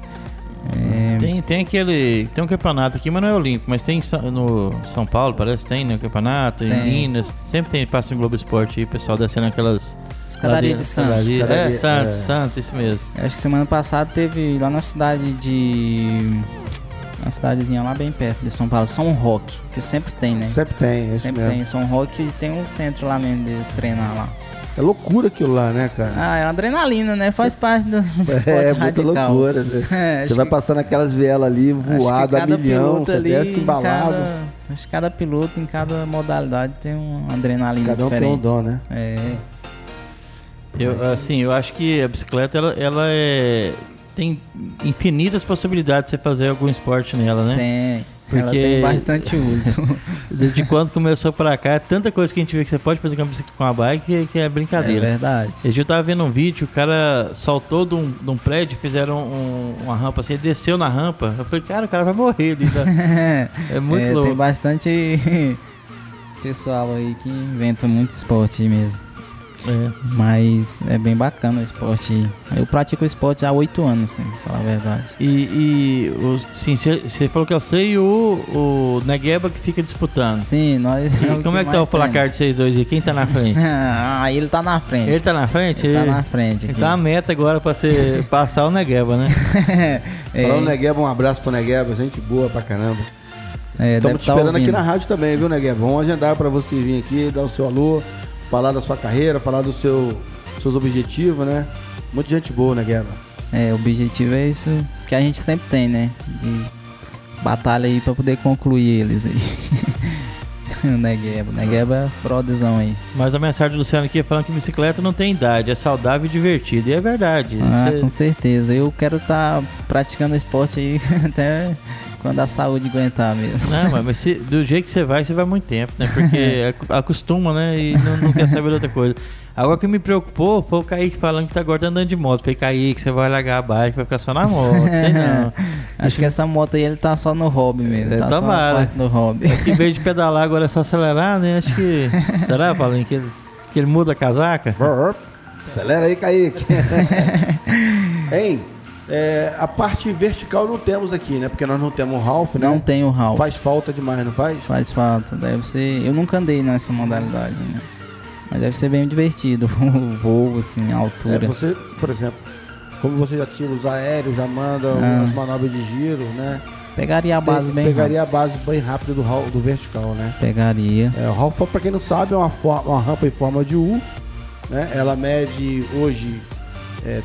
E: É,
B: Tem, tem aquele. Tem um campeonato aqui, mas não é olímpico, mas tem em Sa- no São Paulo, parece, tem, né? Um campeonato, em
E: Tem.
B: Minas, sempre tem, passa em Globo Esporte aí, o pessoal descendo aquelas.
E: Escadaria de
B: ladeiras-
E: Santos.
B: escadaria- É,
C: Escadaria,
B: Santos,
C: é.
B: Santos, isso mesmo.
E: Acho que semana passada teve lá na cidade de. Uma cidadezinha lá bem perto de São Paulo, São Roque, que sempre tem, né?
C: Sempre tem, é isso
E: Sempre
C: mesmo.
E: tem. São Roque tem um centro lá mesmo deles treinar lá.
C: É loucura aquilo lá, né, cara?
E: Ah, é uma adrenalina, né? Faz parte do, do esporte
C: É, muita
E: radical.
C: loucura. né?
E: É,
C: você
E: acho
C: vai
E: que-
C: passando aquelas vielas ali,
E: Acho que
C: voada a
E: cada
C: milhão,
E: piloto
C: você
E: ali,
C: desce
E: em
C: embalado. Cada,
E: Cada, acho que cada piloto em cada modalidade tem uma adrenalina
C: um tem
E: diferente.
C: um dom, né?
E: É,
B: Eu, assim, eu acho que a bicicleta, ela, ela é. Tem infinitas possibilidades de você fazer algum esporte nela, né?
E: tem. Ela
B: Porque-
E: tem bastante uso.
B: Desde quando começou pra cá, é tanta coisa que a gente vê que você pode fazer com a bici- com a bike que, que é
E: é
B: brincadeira.
E: verdade.
B: Esse dia eu tava vendo um vídeo, o cara saltou de um, de um prédio, fizeram um- uma rampa assim, ele desceu na rampa. Eu falei, cara, o cara vai morrer. ali, tá? É muito
E: É,
B: louco.
E: Tem bastante pessoal aí que inventa muito esporte mesmo.
B: É.
E: Mas é bem bacana o esporte. Eu pratico o esporte há oito anos, sim, pra falar a verdade.
B: E, e o, sim, você falou que é eu sei o, o Negueba que fica disputando.
E: Sim, nós.
B: E
E: o
B: como é que tá o
E: mais
B: placar de vocês dois aí? Quem tá na frente?
E: treina. ah, ele tá na frente.
B: Ele tá na frente?
E: Ele tá na frente aqui.
B: Então a meta agora pra você passar o Negueba, né?
E: É,
C: Falar o Negueba, um abraço pro Negueba, gente boa pra caramba.
E: é, deve
C: Estamos te
E: tá
C: esperando aqui
E: ouvindo.
C: na rádio também, viu, Negueba? Vamos agendar pra você vir aqui, dar o seu alô, falar da sua carreira, falar dos seu, seus objetivos, né? Muita gente boa, Negueba.
E: É, o objetivo é isso que a gente sempre tem, né? De batalha aí pra poder concluir eles aí. o Negueba. O Negueba é prodezão aí.
B: Mas a mensagem do Luciano aqui é falando que bicicleta não tem idade, é saudável e divertido. E é verdade.
E: Ah,
B: Cê-
E: com certeza. Eu quero estar praticando esporte aí até quando a saúde aguentar mesmo.
B: Não, mas- mas se- do jeito que você vai, você vai muito tempo, né? Porque ac- acostuma, né? E não, não quer saber de outra coisa. Agora o que me preocupou foi o Kaique falando que tá agora tá andando de moto. Falei, Kaique, você vai largar a bike, vai ficar só na moto, sei não.
E: Acho que essa moto aí ele tá só no hobby mesmo.
B: É,
E: tá só na
B: tomara.
E: parte do hobby.
B: Em vez de pedalar, agora é só acelerar, né? Acho que. Será, Paulinho, que ele, que ele muda a casaca?
C: Acelera aí, Kaique. hein? É, a parte vertical não temos aqui, né? Porque nós não temos o Ralph, né?
E: Não tem o Ralph. Faz,
C: Faz falta demais, não faz?
E: falta. Deve ser. Eu nunca andei nessa modalidade, né? Mas deve ser bem divertido. O voo, assim, a
C: É,
E: altura.
C: você, por exemplo, como você já tira os aéreos, já manda as manobras de giro, né?
E: Pegaria a Ah. base
C: Pe-
E: bem.
C: pegaria a base bem rápida do, hal- do vertical, né?
E: rápido. Pegaria.
C: É, o Ralph, pra quem não sabe, é uma, for- uma rampa em forma de U. Né? Ela mede hoje é,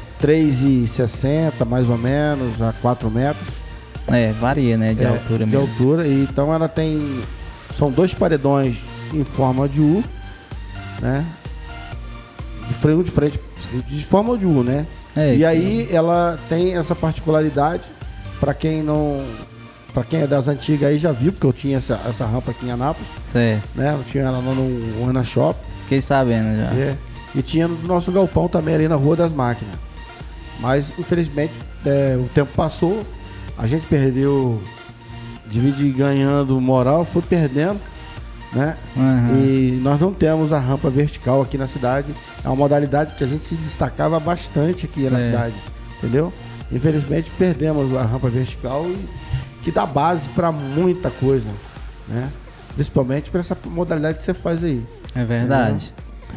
C: 3,60 mais ou menos, a 4 metros
E: É, varia, né? De
C: é,
E: altura
C: de
E: mesmo.
C: altura. E, então ela tem. São dois paredões em forma de U, né? De freio de frente, de forma de U, né?
E: É,
C: E aí ela tem essa particularidade para quem não, para quem é das antigas aí já viu, porque eu tinha essa, essa rampa aqui em Anápolis,
E: Certo.
C: né? Eu tinha ela lá no Ana Shop
E: é, Fiquei sabendo já.
C: é, e tinha no nosso galpão também ali na Rua das Máquinas. Mas infelizmente é, o tempo passou, a gente perdeu, divide ganhando moral, foi perdendo, né?
E: Aham.
C: E nós não temos a rampa vertical aqui na cidade. É uma modalidade que a gente se destacava bastante aqui na
E: Certo.
C: cidade, entendeu? Infelizmente perdemos a rampa vertical e que dá base para muita coisa, né? Principalmente para essa modalidade que você faz aí.
E: É verdade.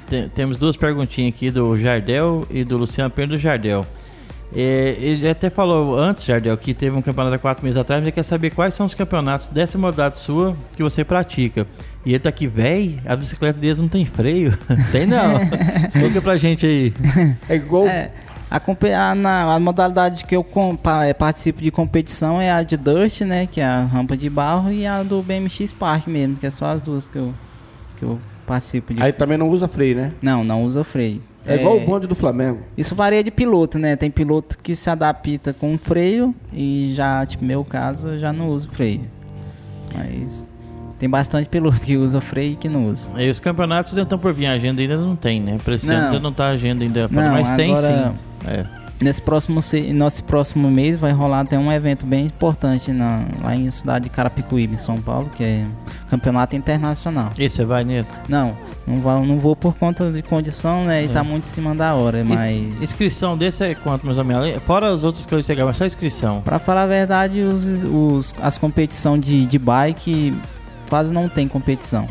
B: Tem- temos duas perguntinhas aqui do Jardel e do Luciano Pedro do Jardel. É, ele até falou antes, Jardel, que teve um campeonato há quatro meses atrás, mas ele quer saber quais são os campeonatos dessa modalidade sua que você pratica. E ele tá aqui, véi, a bicicleta deles não tem freio. tem não. Explica pra gente aí.
C: É igual
E: É, a, compe- a- na- a modalidade que eu com- pa- eh, participo de competição é a de Dirt, né? Que é a rampa de barro, e a do BMX Park mesmo, que é só as duas que eu, que eu participo de.
C: Aí também não usa freio, né?
E: Não, não usa freio.
C: É, igual o bonde do Flamengo.
E: Isso varia de piloto, né? Tem piloto que se adapta com freio e já, tipo, meu caso, eu já não uso freio. Mas tem bastante piloto que usa freio e que não usa.
B: E os campeonatos ainda estão por vir, a agenda ainda não tem, né? Pra esse ano
E: Não.
B: ainda não tá a agenda ainda.
E: Não,
B: mas tem
E: agora-
B: sim. É.
E: Nesse próximo, se- nosso próximo mês vai rolar até um evento bem importante na, lá em cidade de Carapicuíba, em São Paulo, que é campeonato internacional.
B: E você vai, né?
E: Não, não vou, não vou por conta de condição, né? E tá muito em cima da hora, mas.
B: Inscrição desse é quanto, meus amigos? Fora as outras que eu chegar, mas só a inscrição.
E: Pra falar a verdade, os, os- as competições de, de bike quase não tem competição.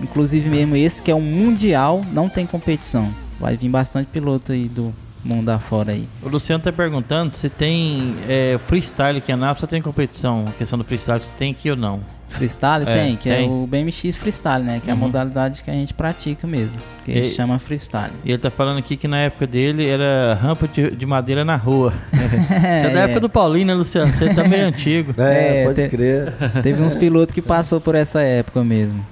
E: Inclusive mesmo esse que é o Mundial, não tem competição. Vai vir bastante piloto aí do mundo afora aí.
B: O Luciano tá perguntando se tem é, freestyle aqui em Anápolis, só tem competição, a questão do freestyle, se tem aqui ou não.
E: Freestyle
B: É,
E: tem, que
B: tem.
E: é o BMX Freestyle, né? Que é a modalidade que a gente pratica mesmo. Que
B: E-
E: e... chama freestyle.
B: E ele tá falando aqui que na época dele era rampa de, de madeira na rua. Você é da época do Paulinho, né, Luciano? Você tá meio antigo.
C: É,
E: É,
C: pode
E: tem-
C: crer.
E: Teve uns pilotos que passou por essa época mesmo.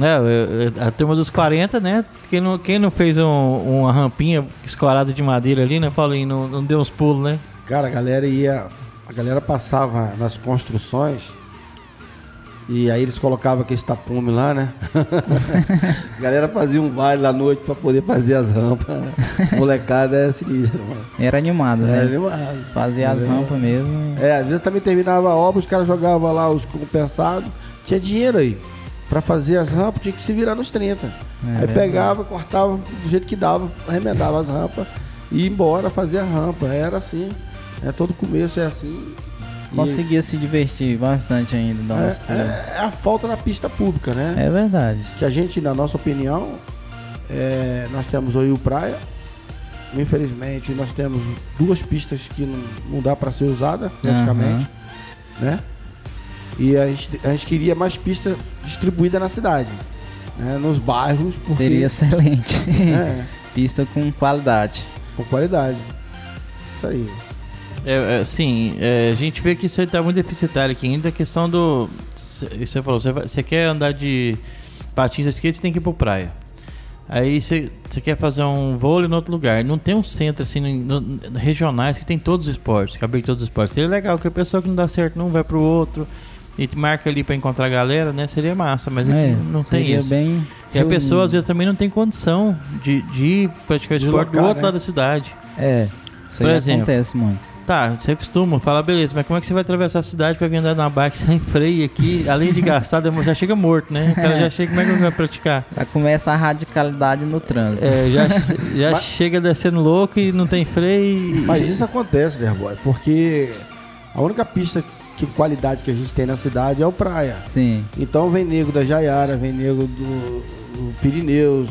B: É, eu- eu- a turma dos 40, né? Quem não, quem não fez um- uma rampinha escorada de madeira ali, né, Paulinho? Não, não deu uns pulos, né?
C: Cara, a galera ia. A galera passava nas construções. E aí eles colocavam aquele tapume lá, né? a galera fazia um baile à noite pra poder fazer as rampas. Molecada é sinistra, mano.
E: Era animado,
C: É,
E: né?
C: animado.
E: Fazia as rampas mesmo.
C: É, às vezes também terminava a obra, os caras jogavam lá os compensados. Tinha dinheiro aí. Pra fazer as rampas tinha que se virar nos 30. Aí pegava, cortava do jeito que dava, arremendava as rampas e ia embora fazer a rampa. Era assim. É todo começo é assim. E
E: Conseguia se divertir bastante ainda, dar uns
C: é,
E: pulos.
C: é- é a falta da pista pública, né?
E: É verdade.
C: que a gente, na nossa opinião, é, nós temos o Rio Praia. Infelizmente, nós temos duas pistas que não, não dá para ser usada, praticamente. Né? E a gente, a gente queria mais pistas distribuídas na cidade, né? nos bairros, porque,
E: Seria assim. excelente.
C: né,
E: Pista com qualidade.
C: com qualidade. Isso aí.
B: É, é, assim, é, a gente vê que isso aí tá muito deficitário aqui ainda. A questão do. cê- Você falou, você vai- você quer andar de patins ou skate, você tem que ir pra praia. Aí você você quer fazer um vôlei em outro lugar. Não tem um centro assim, no- no- regionais que tem todos os esportes, que abrir todos os esportes. Seria legal, que a pessoa que não dá certo num vai pro outro. E te marca ali pra encontrar a galera, né? Seria massa, mas
E: É,
B: não não tem
E: seria
B: isso.
E: bem um
B: E a
E: reunido.
B: pessoa às vezes também não tem condição de, de ir praticar esporte do
C: Deslocar,
B: outro
C: né?
B: lado da cidade.
E: É, isso
B: Por
E: aí
B: exemplo.
E: acontece muito.
B: Tá, você costuma, fala, beleza, mas como é que você vai atravessar a cidade pra vir andar na bike sem freio aqui? Além de gastar, demo- já chega morto, né? O cara já chega, como é que vai praticar?
E: Já começa a radicalidade no trânsito.
B: É, já já chega descendo louco e não tem freio. e-
C: Mas isso acontece, Derboy, porque a única pista que qualidade que a gente tem na cidade é o Praia.
E: Sim.
C: Então vem nego da Jaiara, vem nego do, do Pirineus,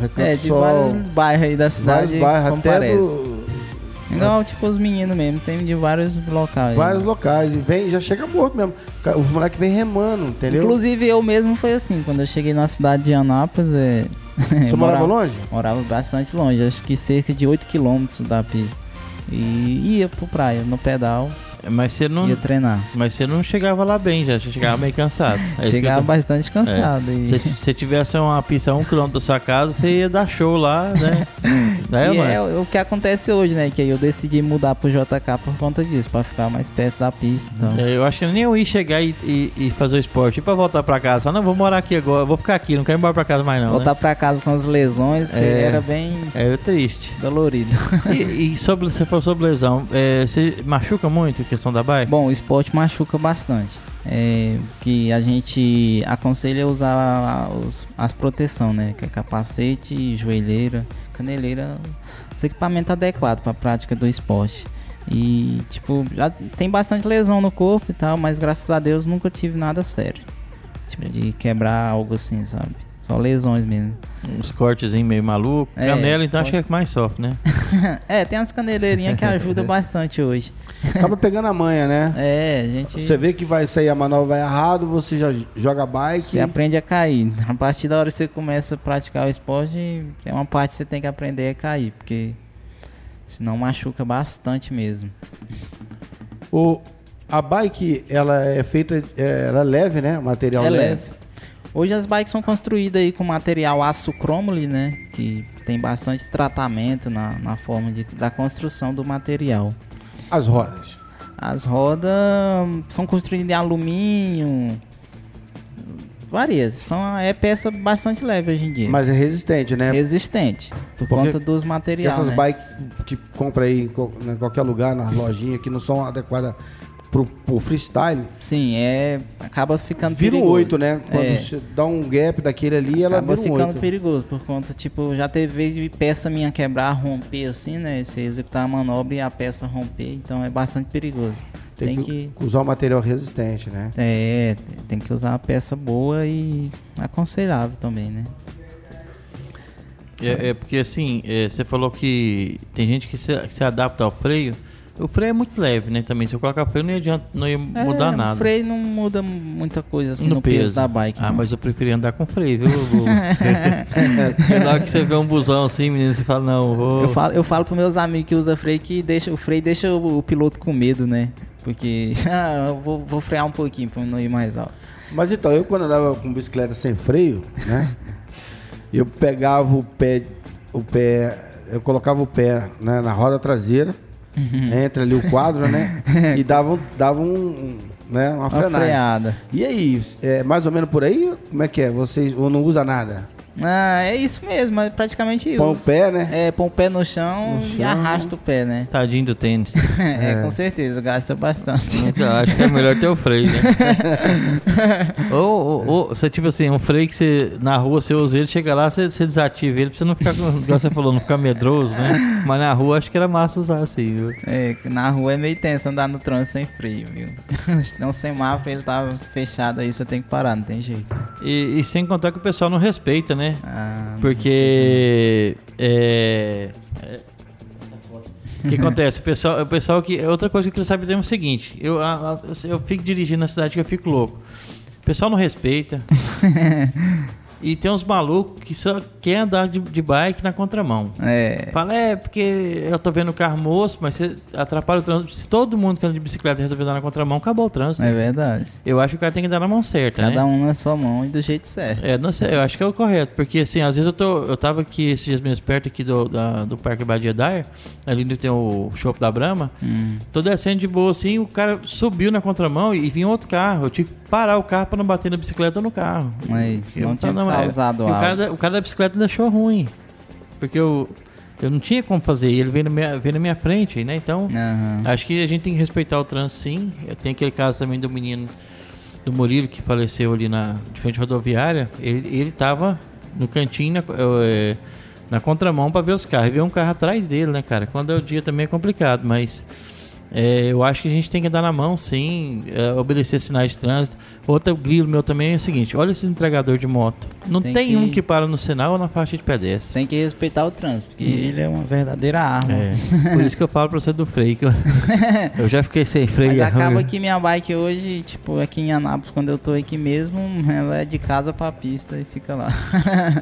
C: Recanto
E: É, de
C: Sol,
E: vários bairros aí da
C: vários
E: cidade
C: bairros, até
E: comparece.
C: do,
E: Igual, tipo, os meninos mesmo, tem de vários locais. né?
C: vários locais. E vem, já chega morto mesmo. Ca- Os moleques vêm remando, entendeu?
E: Inclusive, eu mesmo foi assim, quando eu cheguei na cidade de Anápolis, é...
C: Você
E: eu
C: morava longe?
E: Morava bastante longe, acho que cerca de 8 quilômetros da pista. E ia pro praia, no pedal,
B: Mas você não.
E: ia treinar.
B: Mas você não chegava lá bem já, você chegava meio cansado. É isso que eu
E: Chegava
B: tô- É. tá
E: bastante cansado. e-
B: Se se tivesse uma pista a um quilômetro da sua casa, você ia dar show lá, né? né
E: E
B: mano?
E: é o o que acontece hoje, né? Que aí eu decidi mudar pro JK por conta disso, pra ficar mais perto da pista. Então,
B: É, Eu acho que nem eu ia chegar e, e- e fazer o esporte. E pra voltar pra casa, falar, não, vou morar aqui agora, vou ficar aqui, não quero ir embora pra casa mais não. né?
E: voltar pra casa com as lesões
B: É.
E: era bem
B: É triste.
E: dolorido.
B: E, e sobre, você falou sobre lesão, é, você machuca muito a questão da bike?
E: É Bom, o esporte machuca bastante. É, o que a gente aconselha é usar os- as proteção, né? Que é capacete, joelheira, caneleira, os equipamentos adequados para prática do esporte. E tipo, já tem bastante lesão no corpo e tal, mas graças a Deus nunca tive nada sério. Tipo, de quebrar algo assim, sabe? Só lesões mesmo.
B: Uns cortes meio maluco.
E: É,
B: Canela, então, acho
E: esporte.
B: que é que mais sofre, né?
E: é, tem as caneleirinhas que ajudam bastante hoje.
C: Acaba pegando a manha, né?
E: É, a gente.
C: Você vê que vai sair a manobra vai errado, você já joga a bike.
E: Você aprende a cair. A partir da hora que você começa a praticar o esporte, é uma parte que você tem que aprender a cair, porque senão machuca bastante mesmo.
C: O, a bike, ela é feita, é, ela é leve, né? O material
E: É
C: leve.
E: leve. Hoje as bikes são construídas aí com material aço cromole, né? Que tem bastante tratamento na, na forma de, da construção do material.
C: As rodas.
E: As rodas são construídas em alumínio. Várias. São, é peça bastante leve hoje em dia.
C: Mas é resistente, né?
E: resistente. Por
C: Porque
E: conta dos
C: E
E: materiais.
C: essas
E: né?
C: bikes que compra aí em co- em qualquer lugar, nas lojinhas, que não são adequadas pro, pro freestyle,
E: Sim, é. Acaba ficando
C: vira um
E: perigoso.
C: 8, né? Quando
E: É,
C: você dá um gap daquele ali, ela
E: acaba
C: vira um
E: ficando
C: 8.
E: perigoso, por conta, tipo, já teve vez de peça minha quebrar, romper assim, né? Você executar a manobra e a peça romper, então é bastante perigoso.
C: Tem, que, usar o material resistente, né?
E: É, tem que usar uma peça boa e aconselhável também, né?
B: É, é porque, assim, é, você falou que tem gente que se, que se adapta ao freio. O freio é muito leve, né? Também, se eu colocar freio, não ia, adianta- não ia mudar
E: É,
B: nada.
E: O freio não muda muita coisa assim no, peso. da bike. né?
B: Ah,
E: não.
B: mas eu preferia andar com freio, viu? Bobo? Porque na hora que você vê um busão assim, menino, você fala, não, vou.
E: Eu falo, eu falo pros meus amigos que usa freio que deixa, o freio deixa o, o piloto com medo, né? Porque ah, eu vou, vou frear um pouquinho pra não ir mais alto.
C: Mas então, eu quando andava com bicicleta sem freio, né? eu pegava o pé, o pé, eu colocava o pé né, na roda traseira,
E: Uhum.
C: entra ali o quadro, né? E dava, um- dava um, um, né, uma
E: Uma
C: frenagem.
E: freada.
C: E aí, é mais ou menos por aí? Como é que é? Vocês ou não usa nada?
E: Ah, é isso mesmo, é praticamente isso.
C: Põe o pé, né?
E: É, põe o pé no chão,
C: No
E: e
C: chão.
E: arrasta o pé, né?
B: Tadinho do tênis.
E: É, com certeza, gasta bastante.
F: Então, acho que é melhor ter o freio, né?
B: ou, ou, ou você, tipo assim, um freio que você, na rua você usa ele, chega lá, você, você desativa ele pra você não ficar, com- igual você falou, não ficar medroso, né? Mas na rua acho que era massa usar assim, viu?
E: É, que na rua é meio tenso andar no trânsito sem freio, viu? Não semáforo, ele tá fechado aí, você tem que parar, não tem jeito.
B: E, e sem contar que o pessoal não respeita, né?
E: Ah,
B: Porque. É. é- O que acontece? O pessoal, o pessoal que. Outra coisa que eu queria saber também é o seguinte: eu, a- a- eu fico dirigindo na cidade que eu fico louco. O pessoal não respeita. e tem uns malucos que só quer andar de, de bike na contramão.
E: É,
B: Fala, é, porque eu tô vendo o carro moço, mas você atrapalha o trânsito. Se todo mundo que anda de bicicleta resolver andar na contramão, acabou o trânsito.
E: é verdade.
B: Eu acho que o cara tem que andar na mão certa, né?
E: Cada um na sua mão e do jeito certo.
B: É, não sei, eu acho que é o correto, porque assim, às vezes eu tô. Eu tava aqui esses dias mesmo perto aqui do, da- do Parque Badia Dyer, ali onde tem o shopping da Brahma.
E: Hum,
B: Tô descendo de boa assim, o cara subiu na contramão e vinha outro carro. Eu tive que parar o carro pra não bater na bicicleta ou no carro.
E: Mas
B: Eu
E: não tinha
B: tava-
E: causado
B: e o cara,
E: algo.
B: da, o cara da bicicleta me deixou ruim. Porque eu, eu não tinha como fazer, e ele veio na minha, veio na minha frente, né? Então.
E: Aham.
B: Acho que a gente tem que respeitar o trânsito sim. Tem aquele caso também do menino do Murilo que faleceu ali na de frente à rodoviária. Ele, ele tava no cantinho na, eh, na contramão para ver os carros. E veio um carro atrás dele, né, cara? Quando é o dia também é complicado, mas eh, eu acho que a gente tem que dar na mão sim, eh, obedecer sinais de trânsito. Outro grilo meu também é o seguinte: olha esse entregador de moto. Não tem,
E: Tem que-
B: um que para no sinal ou na faixa de pedestre.
E: Tem que respeitar o trânsito, porque ele é uma verdadeira arma.
B: É, por isso que eu falo pra você do freio. Que eu, eu já fiquei sem freio.
E: Mas acaba que minha bike hoje, tipo, aqui em Anápolis, quando eu tô aqui mesmo, ela é de casa pra pista e fica lá.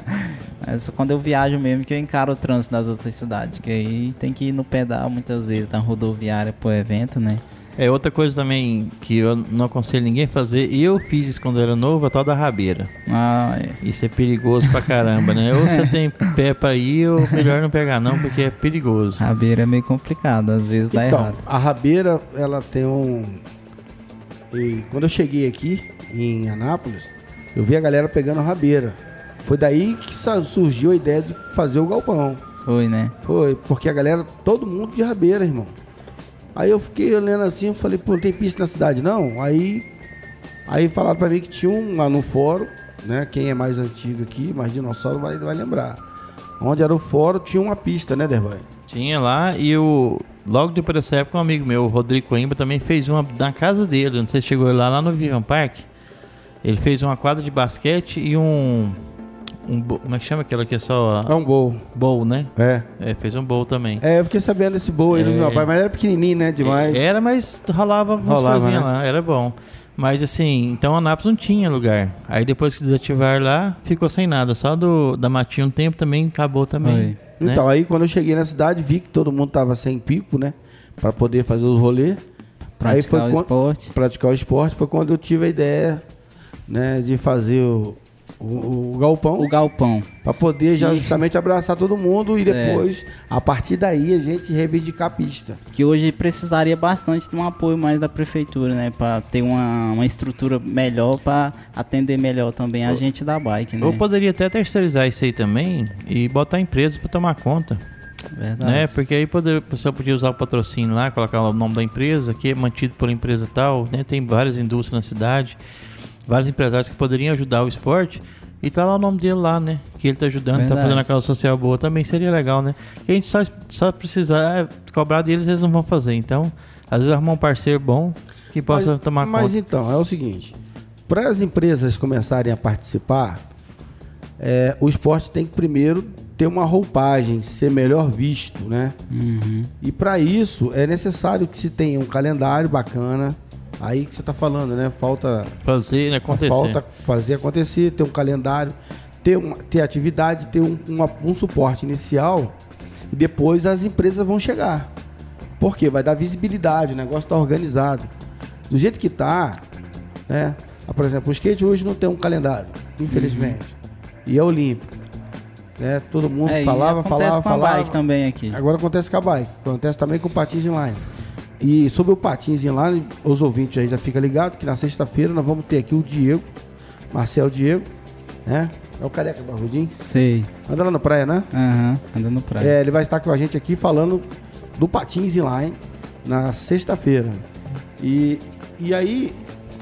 E: é só quando eu viajo mesmo que eu encaro o trânsito das outras cidades, que aí tem que ir no pedal muitas vezes, da rodoviária pro evento, né?
B: É outra coisa também que eu não aconselho ninguém a fazer. e Eu fiz isso quando eu era novo, a tal da rabeira.
E: Ah, é.
B: Isso é perigoso pra caramba, né? Ou você tem pé pra ir, ou melhor não pegar não, porque é perigoso.
E: Rabeira é meio complicada, às vezes dá
C: Então,
E: tá errado.
C: a rabeira, ela tem um. e quando eu cheguei aqui, em Anápolis, eu vi a galera pegando a rabeira. Foi daí que sa- surgiu a ideia de fazer o galpão.
E: Foi, né?
C: Foi, porque a galera, todo mundo de rabeira, irmão. Aí eu fiquei olhando assim, eu falei, pô, não tem pista na cidade não? Aí, aí falaram pra mim que tinha um lá no fórum, né? Quem é mais antigo aqui, mais dinossauro, vai, vai lembrar. Onde era o fórum, tinha uma pista, né, Dervai?
B: Tinha lá e o logo depois dessa época um amigo meu, o Rodrigo Coimbra, também fez uma na casa dele. Não sei se chegou lá, lá no Vivian Park. Ele fez uma quadra de basquete e um... um bo- como é que chama aquela que é só
C: É um bowl.
B: bowl, né?
C: É.
B: É, fez um bowl também.
C: É, eu fiquei sabendo desse bowl aí do
B: É.
C: meu pai, mas era pequenininho, né, demais.
B: Era, mas rolava umas
C: Rolava,
B: coisinhas
C: né?
B: lá, era bom. Mas assim, então a Anápolis não tinha lugar. Aí depois que desativaram lá, ficou sem nada. Só do, da Matinha um tempo também, acabou também. né?
C: Então, aí quando eu cheguei na cidade, vi que todo mundo tava sem pico, né? Pra poder fazer os rolê. aí foi
E: Praticar o
C: quan-
E: esporte.
C: praticar o esporte foi quando eu tive a ideia, né, de fazer o, o- o galpão
E: O galpão.
C: pra poder já justamente abraçar todo mundo e
E: Certo.
C: depois, a partir daí, a gente reivindicar a pista.
E: que hoje precisaria bastante de um apoio mais da prefeitura, né? Pra ter uma, uma estrutura melhor, pra atender melhor também a gente da bike, né?
B: Ou poderia até terceirizar isso aí também e botar empresas pra tomar conta,
E: Verdade.
B: né? Porque aí poder, a pessoa podia usar o patrocínio lá, colocar o nome da empresa, que é mantido pela empresa tal, né? Tem várias indústrias na cidade, vários empresários que poderiam ajudar o esporte. E tá lá o nome dele lá, né? Que ele tá ajudando, tá
E: Verdade.
B: fazendo a causa social boa também, seria legal, né? Que a gente só, só precisar é, cobrar deles, eles não vão fazer. Então, às vezes arrumar um parceiro bom que possa
C: mas,
B: tomar
C: mas
B: conta.
C: então, é o seguinte: para as empresas começarem a participar, é, o esporte tem que primeiro ter uma roupagem, ser melhor visto, né?
E: Uhum.
C: E para isso é necessário que se tenha um calendário bacana. Aí que você está falando, né? Falta
B: Fazer, né? Acontecer.
C: Falta fazer acontecer, ter um calendário, ter, uma, ter atividade, ter um, uma- um suporte inicial e depois as empresas vão chegar. Por quê? Vai dar visibilidade, o negócio está organizado. Do jeito que tá, né? Ah, Por exemplo, o skate hoje não tem um calendário, infelizmente. E é olímpico. Né? Todo mundo
E: Uhum. É, e
C: falava,
E: acontece
C: falava,
E: com a
C: falava.
E: bike também aqui.
C: Agora acontece com a bike, acontece também com o patins inline. E sobre o patins inline, os ouvintes aí já ficam ligados que na sexta-feira nós vamos ter aqui o Diego, Marcel Diego, né? É o careca barrudinho.
E: Sei.
C: Anda lá na praia, né?
E: Aham, andando no praia.
C: É, ele vai estar com a gente aqui falando do Patins Inline na sexta-feira. E, e aí,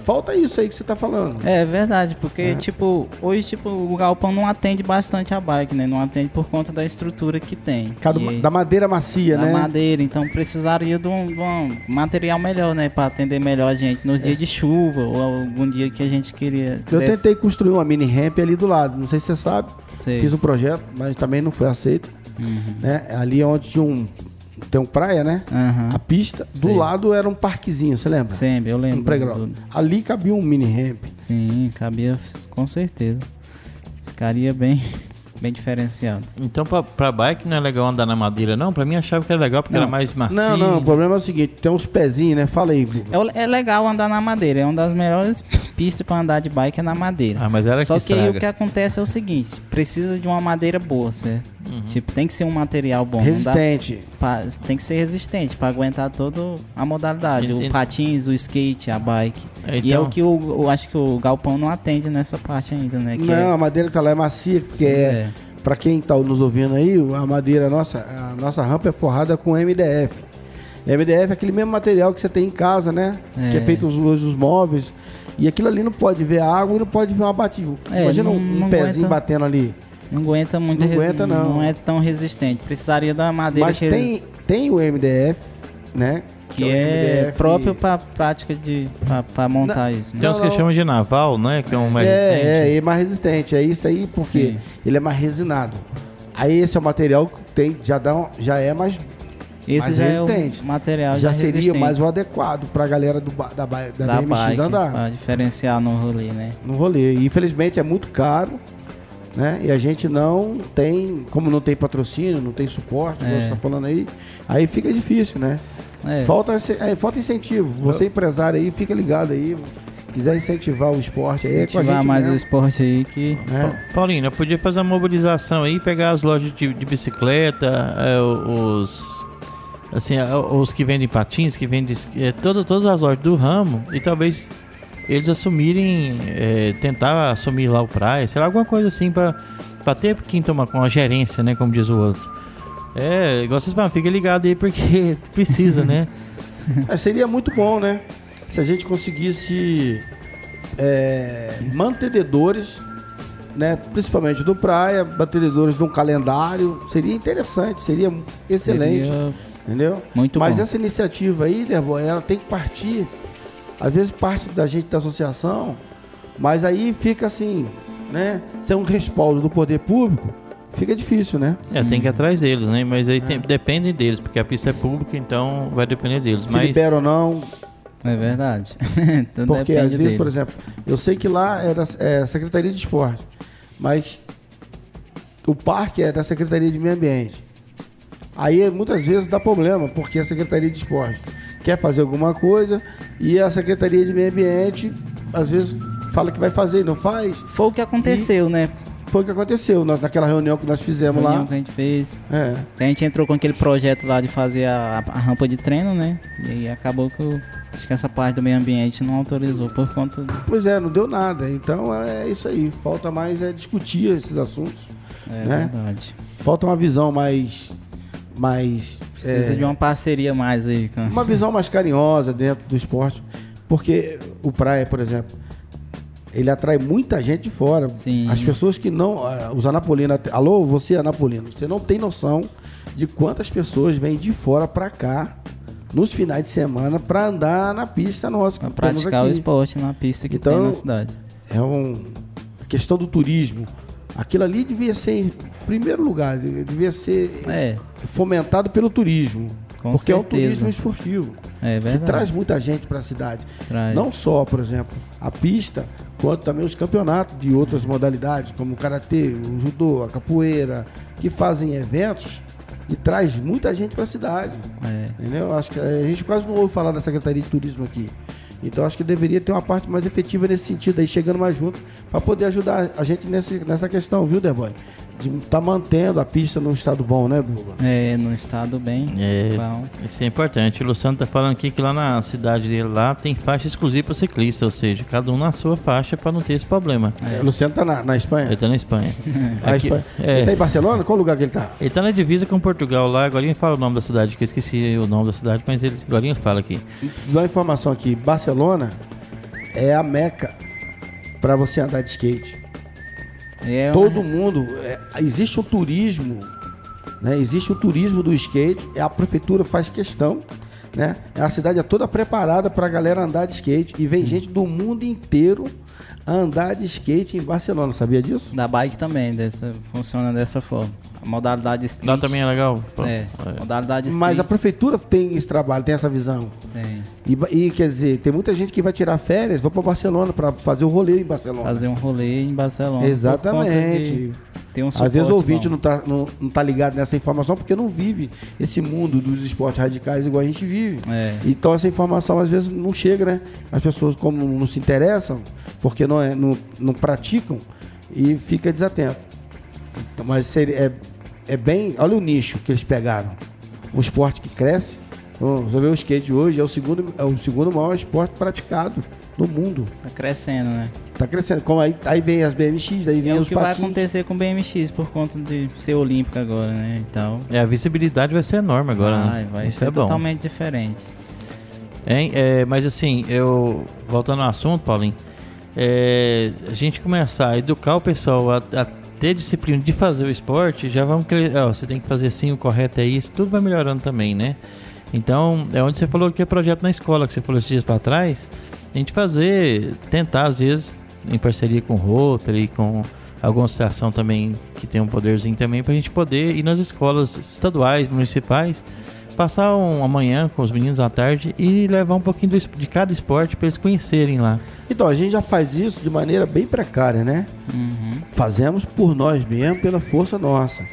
C: falta isso aí que você tá falando.
E: É verdade, porque, tipo, hoje, tipo, o galpão não atende bastante a bike, né? Não atende por conta da estrutura que tem.
C: Cada-
E: E-
C: da madeira macia,
E: da
C: né?
E: madeira, então precisaria de um, de um material melhor, né? Pra atender melhor a gente nos dias de chuva ou algum dia que a gente queria.
C: É. Eu
E: quisesse-
C: tentei construir uma mini ramp ali do lado, não sei se você sabe.
E: Sei. Uhum.
C: Fiz um projeto, mas também não foi aceito. Né? Ali onde tinha um, tem um praia, né?
E: Aham.
C: A pista, do
E: Sei.
C: lado era um parquezinho, você lembra?
E: Sempre, eu lembro.
C: Um playground.
E: do-
C: Ali cabia um mini ramp.
E: Sim, cabia com certeza. Ficaria bem, bem diferenciado.
B: Então pra, pra bike não é legal andar na madeira, não? Pra mim achava que era legal porque
E: Não.
B: era mais macio.
C: Não, não, o problema é o seguinte, tem uns pezinhos, né? Fala aí.
E: Ah, É, o- é legal andar na madeira, é uma das melhores pistas pra andar de bike é na madeira.
B: Ah, mas ela
E: Só
B: que
E: que, aí o
B: estraga.
E: que acontece é o seguinte, precisa de uma madeira boa, certo?
B: Uhum.
E: Tipo, tem que ser um material bom, não dá
C: Resistente.
E: Pa- tem que ser resistente para aguentar toda a modalidade,
B: Entendi.
E: o patins, o skate, a bike.
B: É,
E: E é
B: então-
E: o que eu, eu acho que o galpão não atende nessa parte ainda, né? Que
C: Não, a madeira que tá lá é macia, porque é.
E: É.
C: Pra quem tá nos ouvindo aí, a madeira nossa, a nossa rampa é forrada com MDF. MDF é aquele mesmo material que você tem em casa, né? Que é feito os, hoje os móveis. E aquilo ali não pode ver água e não pode ver uma batida.
E: É,
C: Imagina
E: não-
C: um,
E: não
C: pezinho
E: aguenta.
C: batendo ali.
E: não aguenta muito,
C: Não
E: resi-
C: aguenta, não.
E: é tão resistente. Precisaria da madeira
C: Mas
E: que,
C: tem, tem o MDF, né?
E: que
C: o
E: é,
C: MDF.
E: próprio para prática de para montar isso. né?
B: Tem uns que
C: não.
B: chamam de naval, né? Que é um mais resistente.
C: É, é, é mais resistente. É isso aí porque
E: Sim.
C: ele é mais resinado. Aí esse é o material que tem, já, dá um- já é mais
E: Esse
C: mais
E: já
C: resistente.
E: é o material
C: já
E: já
C: seria
E: resistente
C: mais o adequado pra galera do, ba- da, ba- da,
E: da
C: BMX
E: bike
C: andar
E: para diferenciar no rolê, né?
C: no rolê. E, infelizmente é muito caro, né? E a gente não tem, como não tem patrocínio, não tem suporte, como você tá falando aí, aí fica difícil, né?
E: É.
C: Falta, ince- é, falta incentivo. Você empresário aí, fica ligado aí. Quiser incentivar o esporte aí, é com a
E: Incentivar
C: gente
E: mais o
C: mesmo,
E: esporte aí que
C: né?
B: Paulino, eu podia fazer uma mobilização aí, pegar as lojas de, de bicicleta, é, o- os. Assim, a- os que vendem patins, que vendem. es- É, todo- todas as lojas do ramo e talvez eles assumirem. é, tentar assumir lá o praia, sei lá, alguma coisa assim pra, pra ter quem toma com a gerência, né? Como diz o outro. É, igual vocês falam, fica ligado aí porque precisa, né?
C: É, seria muito bom, né? Se a gente conseguisse é, mantenedores, né? principalmente do praia, mantenedores de um calendário, seria interessante, seria excelente.
E: Seria
C: Entendeu?
E: muito
C: Mas
E: bom.
C: essa iniciativa aí, Derboy, ela tem que partir. Às vezes parte da gente da associação, mas aí fica assim, né? Sem um respaldo do poder público, fica difícil, né?
B: É, tem que ir atrás deles, né? Mas aí tem- depende deles, porque a pista é pública, então vai depender deles.
C: Se
B: mas
C: libera ou não,
E: É verdade. Tudo
C: Porque
E: depende
C: às vezes,
E: é dele.
C: por exemplo, eu sei que lá é da é, Secretaria de Esporte, mas o parque é da Secretaria de Meio Ambiente. Aí muitas vezes dá problema, porque a Secretaria de Esporte quer fazer alguma coisa e a Secretaria de Meio Ambiente às vezes fala que vai fazer e não faz.
E: Foi o que aconteceu, né?
C: Foi o que aconteceu nós, naquela reunião que nós fizemos
E: Reunião né?
C: lá.
E: que a gente fez.
C: É.
E: A gente entrou com aquele projeto lá de fazer a, a rampa de treino, né? E aí acabou que, o- acho que essa parte do meio ambiente não autorizou por conta do-
C: Pois é, não deu nada. Então é isso aí. Falta mais é discutir esses assuntos.
E: É
C: né?
E: verdade.
C: Falta uma visão mais. mais
E: Precisa
C: é,
E: de uma parceria mais aí, cara.
C: uma visão mais carinhosa dentro do esporte. Porque o praia, por exemplo, ele atrai muita gente de fora.
E: Sim.
C: As pessoas que não. ah, Os anapolinos. até- Alô, você anapolino, você não tem noção de quantas pessoas vêm de fora pra cá nos finais de semana pra andar na pista nossa. que
E: Pra
C: temos
E: praticar o
C: aqui.
E: esporte na pista que
C: Então-
E: tem na cidade.
C: É um, a questão do turismo. Aquilo ali devia ser, em primeiro lugar, devia ser
E: É,
C: fomentado pelo turismo.
E: Com
C: porque é um
E: certeza.
C: turismo esportivo.
E: é
C: Que
E: verdade.
C: traz muita gente para a cidade.
E: Traz.
C: Não só, por exemplo, a pista, quanto também os campeonatos de outras modalidades, como o karatê, o judô, a capoeira, que fazem eventos e traz muita gente para a cidade.
E: É.
C: Entendeu? Acho que a gente quase não ouve falar da Secretaria de Turismo aqui. Então acho que deveria ter uma parte mais efetiva nesse sentido aí, chegando mais junto, para poder ajudar a gente nesse, nessa questão, viu, Derboy? de tá mantendo a pista num estado bom, né, Douglas?
E: É, no estado bem.
B: É,
E: Bom.
B: isso é importante. O Luciano tá falando aqui que lá na cidade dele lá tem faixa exclusiva para ciclista, ou seja, cada um na sua faixa para não ter esse problema.
C: O Luciano tá na, na Espanha?
B: É. Ele tá na Espanha.
C: A
B: Aqui-
C: Espanha.
B: é.
C: Ele tá em Barcelona? Qual lugar que ele tá?
B: Ele tá na divisa com Portugal lá, agora ele fala o nome da cidade, que eu esqueci o nome da cidade, mas ele agora ele fala aqui.
C: Dá uma informação aqui. Barcelona é a meca para você andar de skate.
E: É,
C: Todo mundo... é, existe o turismo, né? Existe o turismo do skate. é A prefeitura faz questão, né? A cidade é toda preparada pra galera andar de skate. E
B: Hum.
C: vem gente do mundo inteiro andar de skate em Barcelona. Sabia disso?
E: Da bike também, dessa, funciona dessa forma. A modalidade street.
B: Lá também é legal?
E: É, modalidade street. é,
C: Mas a prefeitura tem esse trabalho, tem essa visão.
E: tem.
C: E, ba- e, quer dizer, tem muita gente que vai tirar férias, vou para Barcelona para fazer o rolê em Barcelona.
E: Fazer um rolê em Barcelona.
C: Exatamente.
E: Tem um
C: Às vezes
E: suporte
C: o ouvinte
E: bom.
C: não tá, não, não tá ligado nessa informação porque não vive esse mundo dos esportes radicais igual a gente vive.
E: É.
C: Então essa informação às vezes não chega, né? As pessoas como não se interessam, porque não, é, não, não praticam e fica desatento. Então, Mas seria- é, é bem. Olha o nicho que eles pegaram. Um esporte que cresce. Ó, Você vê o skate hoje, é o segundo, é o segundo maior esporte praticado no mundo.
E: Tá crescendo, né?
C: Tá crescendo. Como aí, aí vem as BMX, aí vem
E: É o
C: os
E: que vai
C: patins.
E: acontecer com o BMX por conta de ser olímpico agora, né? Então.
B: É, a visibilidade vai ser enorme agora,
E: vai,
B: né?
E: vai
B: Isso
E: ser
B: é bom.
E: totalmente diferente.
B: Hein? É, mas assim, eu voltando ao assunto, Paulinho, é, a gente começar a educar o pessoal a, a ter disciplina de fazer o esporte, já vamos cre- ó, você tem que fazer sim o correto é isso, tudo vai melhorando também, né? Então, é onde você falou que é projeto na escola, que você falou esses dias para trás, a gente fazer, tentar às vezes, em parceria com o Rotary, com alguma associação também que tem um poderzinho também, para a gente poder ir nas escolas estaduais, municipais, passar um, uma manhã com os meninos à tarde e levar um pouquinho do es- de cada esporte para eles conhecerem lá.
C: Então, a gente já faz isso de maneira bem precária, né? Fazemos por nós mesmos, pela força nossa.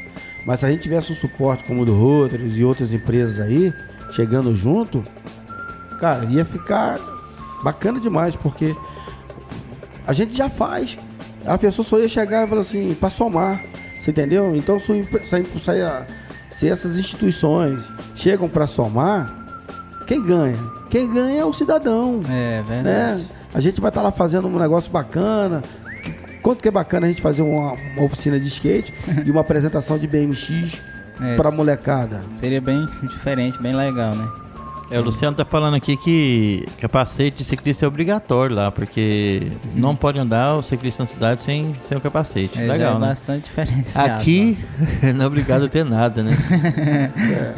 C: Mas se a gente tivesse um suporte como o do Rotary e outras empresas aí, chegando junto, cara, ia ficar bacana demais, porque a gente já faz. A pessoa só ia chegar e falar assim, para somar, você entendeu? Então, se, o empre- se a impre- se a- se essas instituições chegam para somar, quem ganha? Quem ganha é o cidadão
E: É
C: né?
E: verdade.
C: A gente vai estar lá fazendo um negócio bacana. Que- Quanto que é bacana a gente fazer uma, uma oficina de skate e uma apresentação de BMX
E: É,
C: Né? pra molecada.
E: Seria bem diferente, bem legal, né?
B: É, o Luciano tá falando aqui que capacete de ciclista é obrigatório lá, porque não pode andar o ciclista na cidade sem, sem o capacete.
E: Uhum. É, já
B: Legal,
E: é
B: né?
E: bastante diferenciado.
B: Aqui não é obrigado a ter nada, né?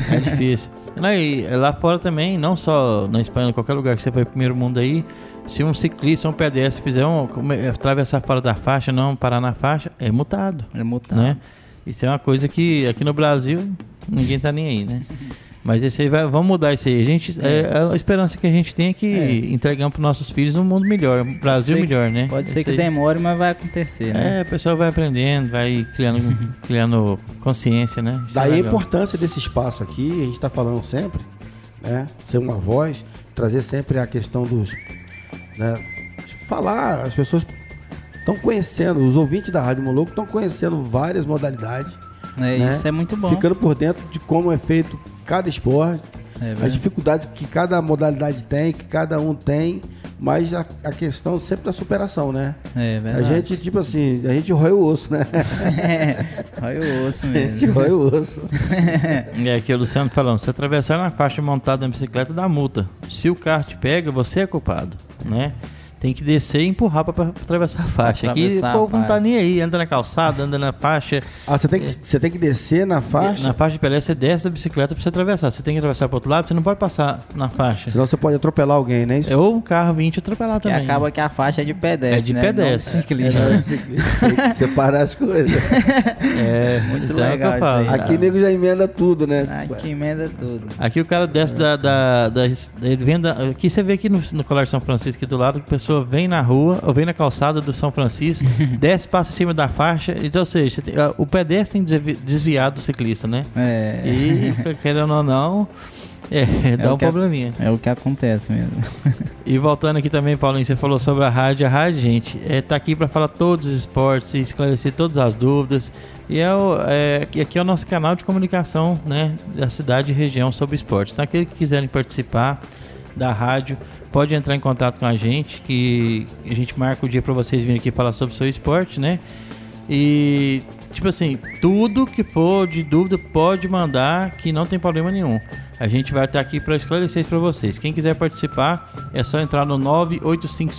B: é. difícil. Não, e lá fora também, não só na Espanha, em qualquer lugar que você vai primeiro mundo aí, se um ciclista, um pedestre fizer um, come- atravessar fora da faixa, não parar na faixa, é multado,
E: É mutado.
B: né? Isso é uma coisa que aqui no Brasil ninguém tá nem aí, né? Mas esse aí vai, vamos mudar isso aí. A gente, é, a esperança que a gente tem é que entregamos para nossos filhos um mundo melhor, um Brasil
E: Sei-
B: melhor, né?
E: Pode ser
B: Esse
E: que
B: aí.
E: demore, mas vai acontecer, né?
B: É, o pessoal vai aprendendo, vai criando, criando consciência, né? Isso é
C: Daí a
B: legal.
C: importância desse espaço aqui, a gente está falando sempre, né? Ser uma voz, trazer sempre a questão dos. né, Falar, as pessoas estão conhecendo, os ouvintes da Rádio Moloco estão conhecendo várias modalidades,
E: É,
C: né?
E: Isso é muito bom.
C: ficando por dentro de como é feito cada esporte,
E: É
C: a
E: verdade.
C: dificuldade que cada modalidade tem, que cada um tem, mas a, a questão sempre da superação, né?
E: É
C: A
E: verdade.
C: gente, tipo assim, a gente rói o osso, né?
E: É, olha o osso
C: A gente
E: mesmo.
C: rói o osso.
B: É aqui o Luciano falando, se atravessar na faixa montada na bicicleta, dá multa. Se o carro te pega, você é culpado, né? Tem que descer e empurrar pra, pra atravessar a faixa. Aqui
E: Atravessar
B: o
E: a
B: povo não tá
E: faixa.
B: nem aí, anda na calçada, anda na faixa.
C: Ah, você tem que, você tem que descer na faixa,
B: Na faixa de pedestre, você desce da bicicleta pra você atravessar. Você tem que atravessar pro outro lado, você não pode passar na faixa.
C: senão você pode atropelar alguém, né? Isso.
B: É ou um carro vir te atropelar
E: Que
B: também. né?
E: acaba que a faixa é de pedestre,
B: É de
E: né?
B: pedestre.
E: Não de ciclista.
C: Tem que separar as coisas.
B: É,
E: Muito
B: então é o que
E: legal
B: eu
E: isso
B: falo.
E: aí.
C: Aqui o nego já emenda tudo, né?
E: Ai, que emenda tudo.
B: Aqui o cara desce da. da, da- ele vem da- aqui você vê aqui no, no Colégio São Francisco aqui do lado que o pessoa vem na rua, ou vem na calçada do São Francisco, desce, passa em cima da faixa, e, ou seja, você tem- ah, o pedestre tem desvi- desviado do ciclista, né?
E: É.
B: E, querendo ou não, é, dá
E: o
B: um
E: que-
B: probleminha.
E: É o que acontece mesmo.
B: E voltando aqui também, Paulinho, você falou sobre a rádio. A rádio, gente, é, tá aqui para falar todos os esportes, esclarecer todas as dúvidas. E é o, é, aqui- aqui é o nosso canal de comunicação né, da cidade e região sobre esportes. Então, aqueles que quiserem participar da rádio, pode entrar em contato com a gente, que a gente marca o dia para vocês virem aqui falar sobre o seu esporte, né? E, tipo assim, tudo que for de dúvida pode mandar, que não tem problema nenhum. A gente vai estar aqui para esclarecer isso para vocês. Quem quiser participar, é só entrar no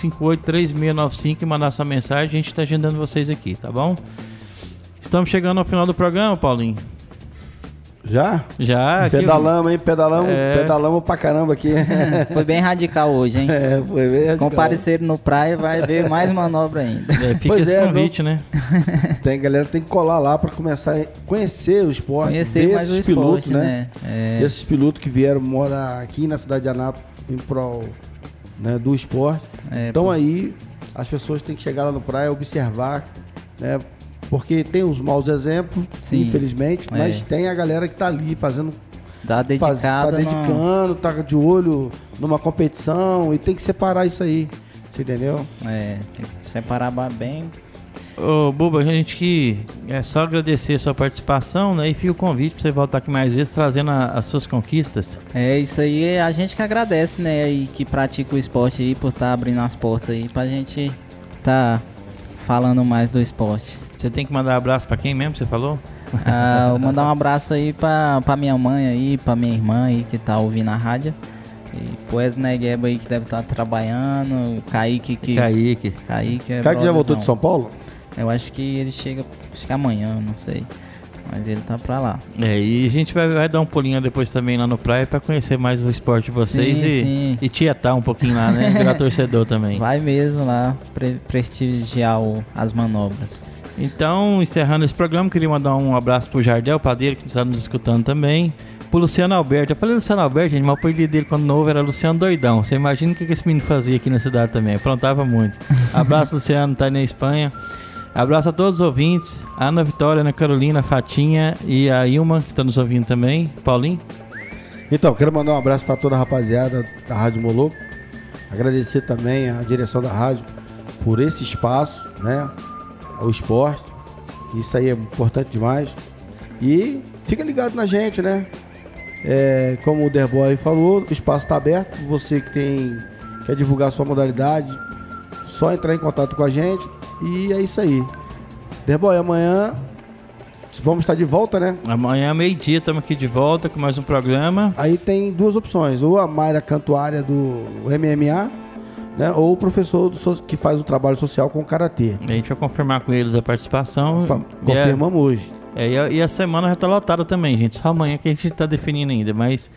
B: 985583695 e mandar essa mensagem. A gente está agendando vocês aqui, tá bom? Estamos chegando ao final do programa, Paulinho.
C: Já?
B: Já. aqui-
C: pedalamos, hein? Pedalamos,
B: É.
C: pedalamos pra caramba aqui.
E: Foi bem radical hoje, hein?
C: é, foi
E: Se
C: mesmo.
E: comparecerem no praia, vai ver mais manobra ainda.
B: É, fica
C: Pois
B: esse
C: é,
B: convite, né?
C: Tem galera que tem que colar lá pra começar a conhecer o esporte.
E: Conhecer mais o
C: desses
E: esporte,
C: pilotos, né?
E: né? É.
C: Esses pilotos que vieram morar aqui na cidade de Anápolis em prol né, do esporte.
E: É,
C: então aí as pessoas têm que chegar lá no praia, observar, né? Porque tem os maus exemplos,
E: Sim.
C: infelizmente,
E: É.
C: mas tem a galera que tá ali fazendo
E: Tá
C: faz-
E: dedicado.
C: tá
E: no-
C: dedicando, tá de olho numa competição e tem que separar isso aí. Você entendeu?
E: É, tem que separar ba- bem.
B: Ô, Buba, a gente que é só agradecer a sua participação, né? E fica o convite para você voltar aqui mais vezes trazendo a- as suas conquistas.
E: É isso aí, a gente que agradece, né? E que pratica o esporte aí por estar abrindo as portas aí pra gente tá falando mais do esporte.
B: Você tem que mandar abraço para quem mesmo? Você falou?
E: Ah, eu mandar um abraço aí pra, pra minha mãe aí, pra minha irmã aí que tá ouvindo a rádio. E pro Esnegueba aí que deve estar trabalhando, o Kaique que.
B: Kaique.
E: Kaique é
C: Cara que já voltou de
E: brotherzão.
C: São Paulo?
E: Eu acho que ele chega. Acho que amanhã, eu não sei. Mas ele tá pra lá.
B: É, e a gente vai, vai dar um pulinho depois também lá no praia pra conhecer mais o esporte de vocês
E: Sim,
B: e,
E: sim.
B: e tietar um pouquinho lá, né? Virar torcedor também.
E: Vai mesmo lá pre- prestigiar o- as manobras.
B: Então, encerrando esse programa, queria mandar um abraço pro Jardel Padeiro, que está nos escutando também. Pro Luciano Alberto. Eu falei Luciano Alberto, gente, mas o apelido dele quando novo era Luciano Doidão. Você imagina o que que esse menino fazia aqui na cidade também. Aprontava muito. Abraço, Luciano, tá aí na Espanha. Abraço a todos os ouvintes. A Ana Vitória, Ana Carolina, a Fatinha e a Ilma, que está nos ouvindo também. Paulinho.
C: Então, quero mandar um abraço para toda a rapaziada da Rádio Moloco. Agradecer também a direção da rádio por esse espaço, né? O esporte. Isso aí é importante demais. E fica ligado na gente, né? É, como o Derboy falou, o espaço está aberto. Você que tem quer divulgar sua modalidade, só entrar em contato com a gente. E é isso aí. Derboy, amanhã vamos estar de volta, né?
B: Amanhã, meio-dia, estamos aqui de volta com mais um programa.
C: Aí tem duas opções, ou a Mayra Cantuária do MMA, né, ou o professor do so- que faz o trabalho social com o Karatê.
B: A gente vai confirmar com eles a participação.
C: Pa-
B: E a-
C: Confirmamos hoje.
B: É, e, a, e a semana já tá lotada também, gente. Só amanhã que a gente tá definindo ainda, mas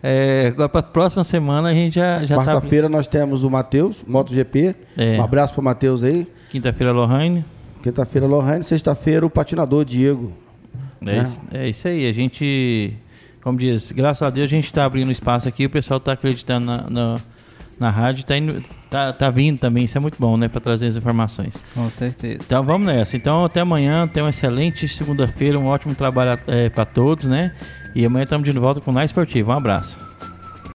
B: é, agora pra próxima semana a gente já, já tá.
C: Quarta-feira nós temos o Matheus, MotoGP.
B: É.
C: Um abraço pro Matheus aí.
B: Quinta-feira, Lohane.
C: Quinta-feira, Lohane. Sexta-feira, o patinador Diego.
B: É,
C: É.
B: isso- é isso aí. A gente, como diz, graças a Deus a gente tá abrindo espaço aqui. O pessoal tá acreditando na, na, na rádio, tá, indo- tá, tá vindo também. Isso é muito bom, né? Pra trazer as informações.
E: Com certeza.
B: Então vamos nessa. Então até amanhã. Tenha uma excelente segunda-feira. Um ótimo trabalho é, para todos, né? E amanhã estamos de volta com o Na Esportiva. Um abraço.